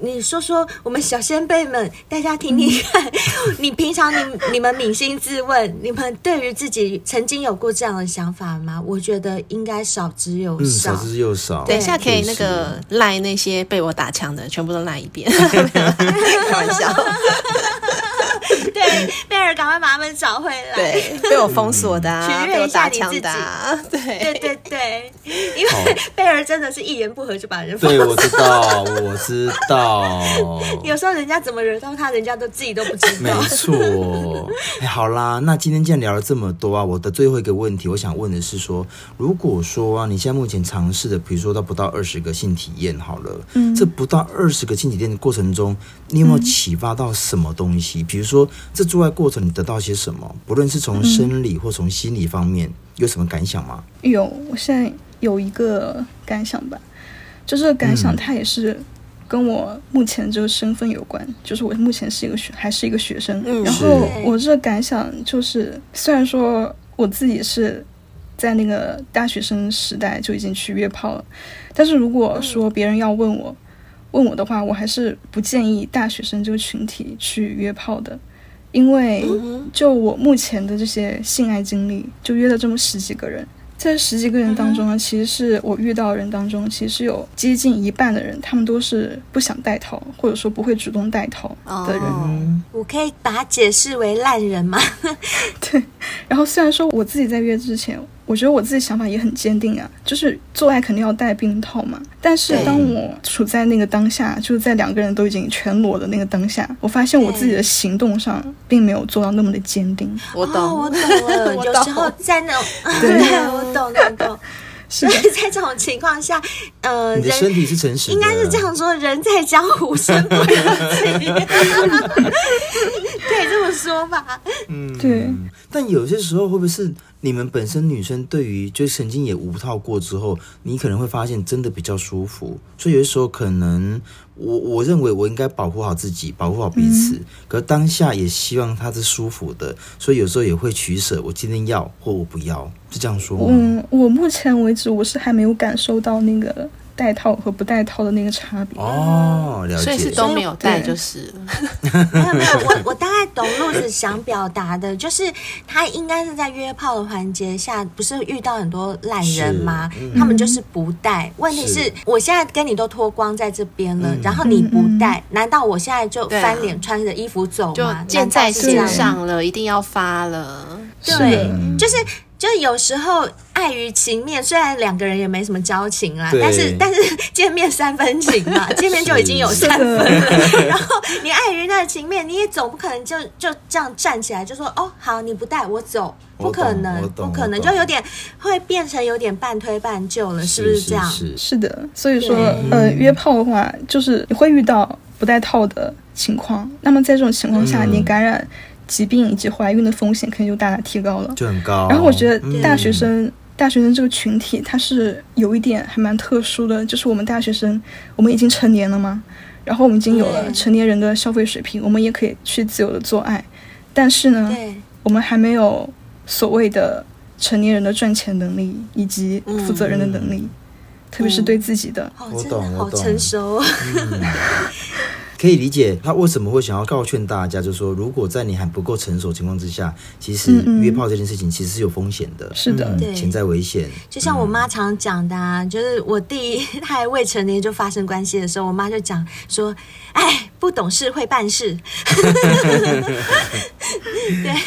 你说说，我们小先辈们，大家听听看，
嗯
你平常你你们扪心自问，你们对于自己曾经有过这样的想法吗？我觉得应该少之又
嗯，
少。
少之又少。
等一下可以
确
那
实
个赖那些被我打枪的，全部都赖一 遍，开玩笑。
对，贝尔，赶快把他们找回来。
对，被我封锁的、 啊，
取
被
悦
我
一下
打
你
枪的、啊，
对
对。
对 对，因
好
为贝尔真的是一言不合就把人放
对，哦我知道，我知道，
有时候人家怎么惹到他，人家都自己都不 知
没
道。
错。哎，好啦，那今天既然聊了这么多啊，我的最后一个问题，我想问的是说，如果说啊，你现在目前尝试的，比如说到不到二十个性体验好了，嗯，这不到二十个性体验的过程中，你有没有启发到什么东西？比如说这做爱过程你得到些什么？不论是从
嗯
生理或从心理方面，有什么感想吗？
有，我现在有一个感想吧，就这个感想，
嗯
它也是跟我目前这个身份有关，就是我目前是一个学，还是一个学生。
嗯
然
是
后我这个感想就是，虽然说我自己是在那个大学生时代就已经去约炮了，但是如果说别人要问我，问我的话，我还是不建议大学生这个群体去约炮的。因为就我目前的这些性爱经历，就约了这么十几个人。这十几个人当中呢，其实是我遇到的人当中，其实有接近一半的人，他们都是不想带套，或者说不会主动带套的人。
哦，
我可以把它解释为烂人吗？
然后虽然说我自己在约之前，我觉得我自己想法也很坚定啊，就是做爱肯定要戴避孕套嘛。但是
对
当我处在那个当下，就是在两个人都已经全裸的那个当下，我发现我自己的行动上并没有做到那么的坚定。
我懂，
哦我懂 了。
我
有时候
懂。
在 那种，
对
我懂，我懂。
是
所
的
以在这种情况下，呃，
你的身
人
体是诚实的，
应该是这样说：人在江湖，身不由己。 可以这么说吧？
嗯
对。
但有些时候会不会是你们本身女生对于就曾经也无套过之后，你可能会发现真的比较舒服，所以有些时候可能我我认为我应该保护好自己，保护好彼此，
嗯
可当下也希望它是舒服的，所以有时候也会取舍，我今天要或我不要，是这样说吗？
嗯，我目前为止我是还没有感受到那个带套和不带套的那个差别。
哦，了解，
所以是都没有带
对
就是了。
没有没有，我我大概懂路子想表达的，就是他应该是在约炮的环节下，不是遇到很多懒人吗？
是嗯
他们就是不带。问题是
是
我现在跟你都脱光在这边了，
嗯
然后你不带，难道我现在就
对啊
翻脸穿着衣服走
嗯就
吗？
箭在弦
线
上了，一定要发了。
是
对
的，
嗯
就是就是有时候碍于情面，虽然两个人也没什么交情啦，
对
但是但是 见面三分情嘛，见面就已经有
是
三分了。 然后你碍于那个情面，你也总不可能就就这样站起来就说哦好，你不带我走，
我
不可
懂我
能，
懂
不可能，
我懂
就有点会变成有点半推半就了，是不
是
这样？
是
是的，所以说
对，
呃，
嗯
约炮的话，就是你会遇到不带套的情况。那么在这种情况下，
嗯
你感染疾病以及怀孕的风险肯定就大大提高了。
就很高。
然后我觉得
嗯
大学生，大学生这个群体，它是有一点还蛮特殊的，就是我们大学生，我们已经成年了嘛，然后我们已经有了
对
成年人的消费水平，我们也可以去自由的做爱，但是呢，
对。
我们还没有所谓的成年人的赚钱能力以及负责任的能力，特别是对自己的。
哦，
我
真
懂
的好
我懂
成熟哦，
可以理解他为什么会想要告劝大家，就是说，如果在你还不够成熟的情况之下，其实
嗯嗯
约炮这件事情其实是有风险的，
是的
嗯
对
潜在危险。
就像我
嗯
妈常讲的、啊，就是我弟他还未成年就发生关系的时候，我妈就讲说：“哎，不懂事会办事。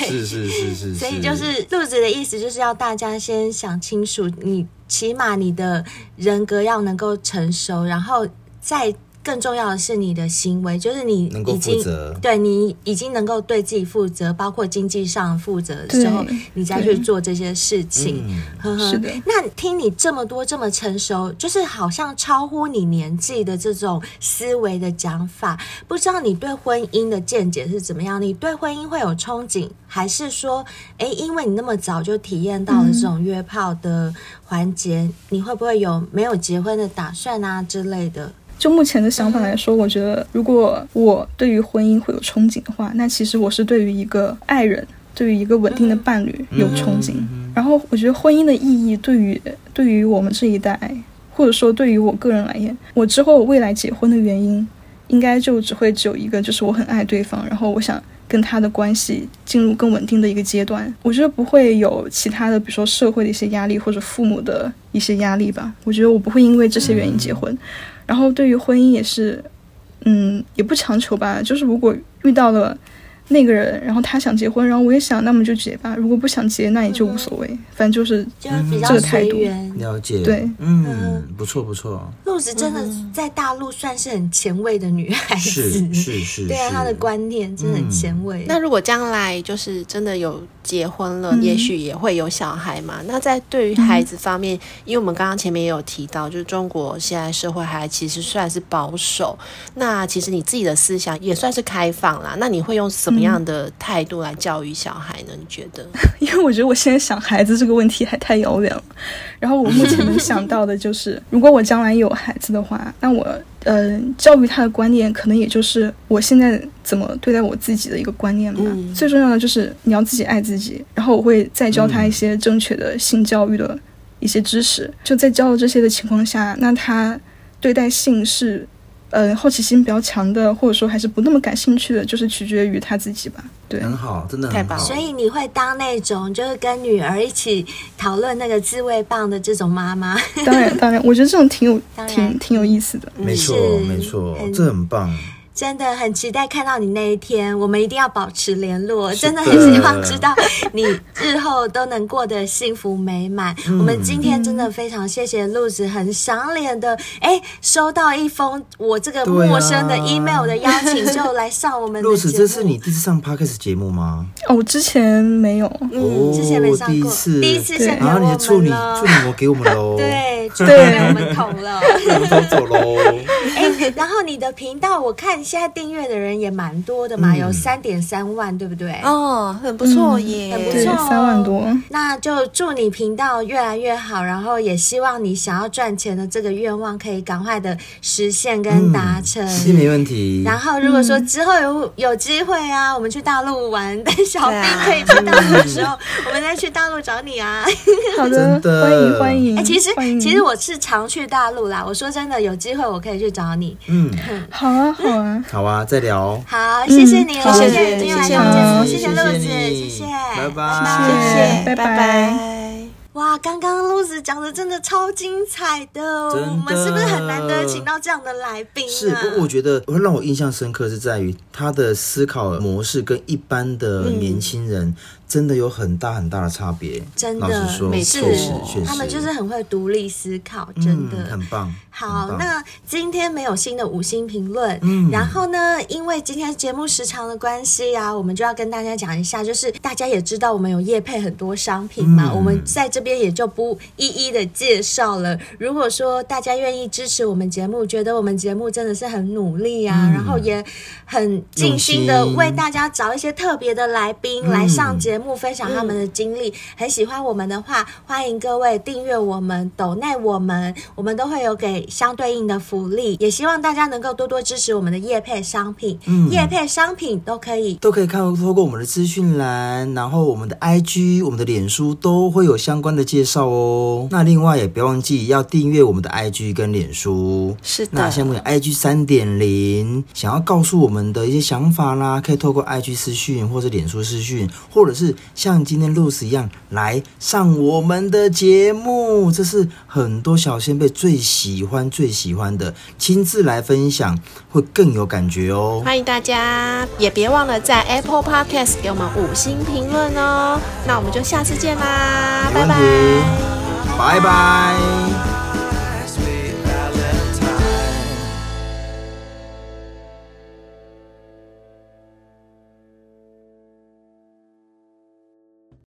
是是是是”，
所以就是路子的意思，就是要大家先想清楚，你起码你的人格要能够成熟，然后再更重要的是你的行为，就是你
能够
已
负
经
责
对你已经能够对自己负责，包括经济上负责的时候
对，
你再去做这些事情。
嗯，
呵呵，
是的
那听你这么多这么成熟，就是好像超乎你年纪的这种思维的讲法，不知道你对婚姻的见解是怎么样？你对婚姻会有憧憬，还是说，哎，因为你那么早就体验到了这种约炮的环节，你会不会有没有结婚的打算啊之类的？
就目前的想法来说，我觉得如果我对于婚姻会有憧憬的话，那其实我是对于一个爱人，对于一个稳定的伴侣有憧憬。然后我觉得婚姻的意义，对于对于我们这一代，或者说对于我个人来言，我之后未来结婚的原因，应该就只会只有一个，就是我很爱对方，然后我想跟他的关系进入更稳定的一个阶段。我觉得不会有其他的，比如说社会的一些压力或者父母的一些压力吧。我觉得我不会因为这些原因结婚。然后对于婚姻也是，嗯，也不强求吧。就是如果遇到了那个人，然后他想结婚，然后我也想，那么就结吧。如果不想结，那也就无所谓，反正就是
就是比
嗯这
较
个态
随
度
缘。
了解，
对，
嗯，不错不错，
露子真的
嗯
在大陆算是很前卫的女孩子，
是是是，
嗯对啊，
是
她的观念真的很
嗯
前卫。
那如果将来就是真的有结婚了，
嗯
也许也会有小孩嘛。那在对于孩子方面，因为我们刚刚前面也有提到，就是中国现在社会还其实算是保守，那其实你自己的思想也算是开放啦。那你会用什么样的态度来教育小孩呢？你觉得？
因为我觉得我现在想孩子这个问题还太遥远了。然后我目前能想到的就是，如果我将来有孩子的话，那我呃教育他的观念，可能也就是我现在怎么对待我自己的一个观念吧。
嗯
最重要的就是你要自己爱自己，然后我会再教他一些正确的性教育的一些知识。就在教了这些的情况下，那他对待性是呃好奇心比较强的，或者说还是不那么感兴趣的，就是取决于他自己吧。对，
很好，真的
太
很
棒
好。
了
所以你会当那种就是跟女儿一起讨论那个自慰棒的这种妈妈，
当然当然，我觉得这种挺有
当然
挺挺有意思的。
没错，
是
没错，
很
这很棒。
真的很期待看到你那一天。我们一定要保持联络，
是
真的
的
很希望知道你日后都能过得幸福美满。
嗯
我们今天真的非常谢谢露子，很赏脸的，哎，收到一封我这个
对啊
陌生的 email 的邀请，就来上我们的
露
节
丝，
目。
这是你第一次上 podcast 节目吗？
哦，我之前没有，
嗯之前没上过
第一次，
第一次献给
然后你的处女
我们了
处女膜给我们喽，
对，就被我们捅了。
我们偷走 喽。
哎，然后你的频道，我看现在订阅的人也蛮多的嘛，
嗯
有三点三万，对不对？
哦，很不错
嗯
耶，
很不
对，
错哦
三 万多。
那就祝你频道越来越好，然后也希望你想要赚钱的这个愿望可以赶快的实现跟达成。
是没问题。
嗯然后，如果说之后有有机会啊，我们去大陆玩，但小
对
弟
啊
可以去大陆的时候，我们再去大陆找你啊。
好的，
真的
欢迎欢迎。
哎，其实
嗯欢迎
其实我是常去大陆啦。我说真的，有机会我可以去找你。
嗯，
好啊好啊，
好啊，再聊。
好，谢谢你哦，
好
谢
谢谢
你今天来
谢谢
到我节目，嗯
你
谢谢
谢
乐子，谢
你
谢，
拜
谢谢
拜。
谢谢，
拜拜
拜
哇，刚刚露子讲的真的超精彩的，
真的
我们是不是很难得请到这样的来宾啊？
是，不过我觉得会让我印象深刻是在于他的思考模式跟一般的年
嗯
轻人真的有很大很大的差别。
真的
老实说，
没
确
错
实确实，
他们就是很会独立思考，
嗯
真的。
很棒。
好，
很棒
那今天没有新的五星评论，
嗯
然后呢，因为今天节目时长的关系啊，我们就要跟大家讲一下，就是大家也知道我们有业配很多商品嘛，
嗯
我们在这边也就不一一的介绍了。如果说大家愿意支持我们节目，觉得我们节目真的是很努力啊，
嗯
然后也很尽心的
用心
为大家找一些特别的来宾、
嗯
来上节目，分享他们的经历。很喜欢我们的话，欢迎各位订阅我们、抖内我们，我们都会有给相对应的福利。也希望大家能够多多支持我们的业配商品，
嗯
业配商品都可以。
都可以看透过我们的资讯栏，然后我们的 IG、我们的脸书都会有相关的介绍哦。那另外也不要忘记要订阅我们的 IG 跟脸书。
是的
那下面有 IG 三点零，想要告诉我们的一些想法啦，可以透过 IG 私讯或者脸书私讯，或者是像今天 Lucy 一样来上我们的节目，这是很多小先辈最喜欢最喜欢的，亲自来分享会更有感觉哦。
欢迎大家，也别忘了在 Apple Podcast 给我们五星评论哦。那我们就下次见啦，
没
拜
问
拜。
题，拜拜。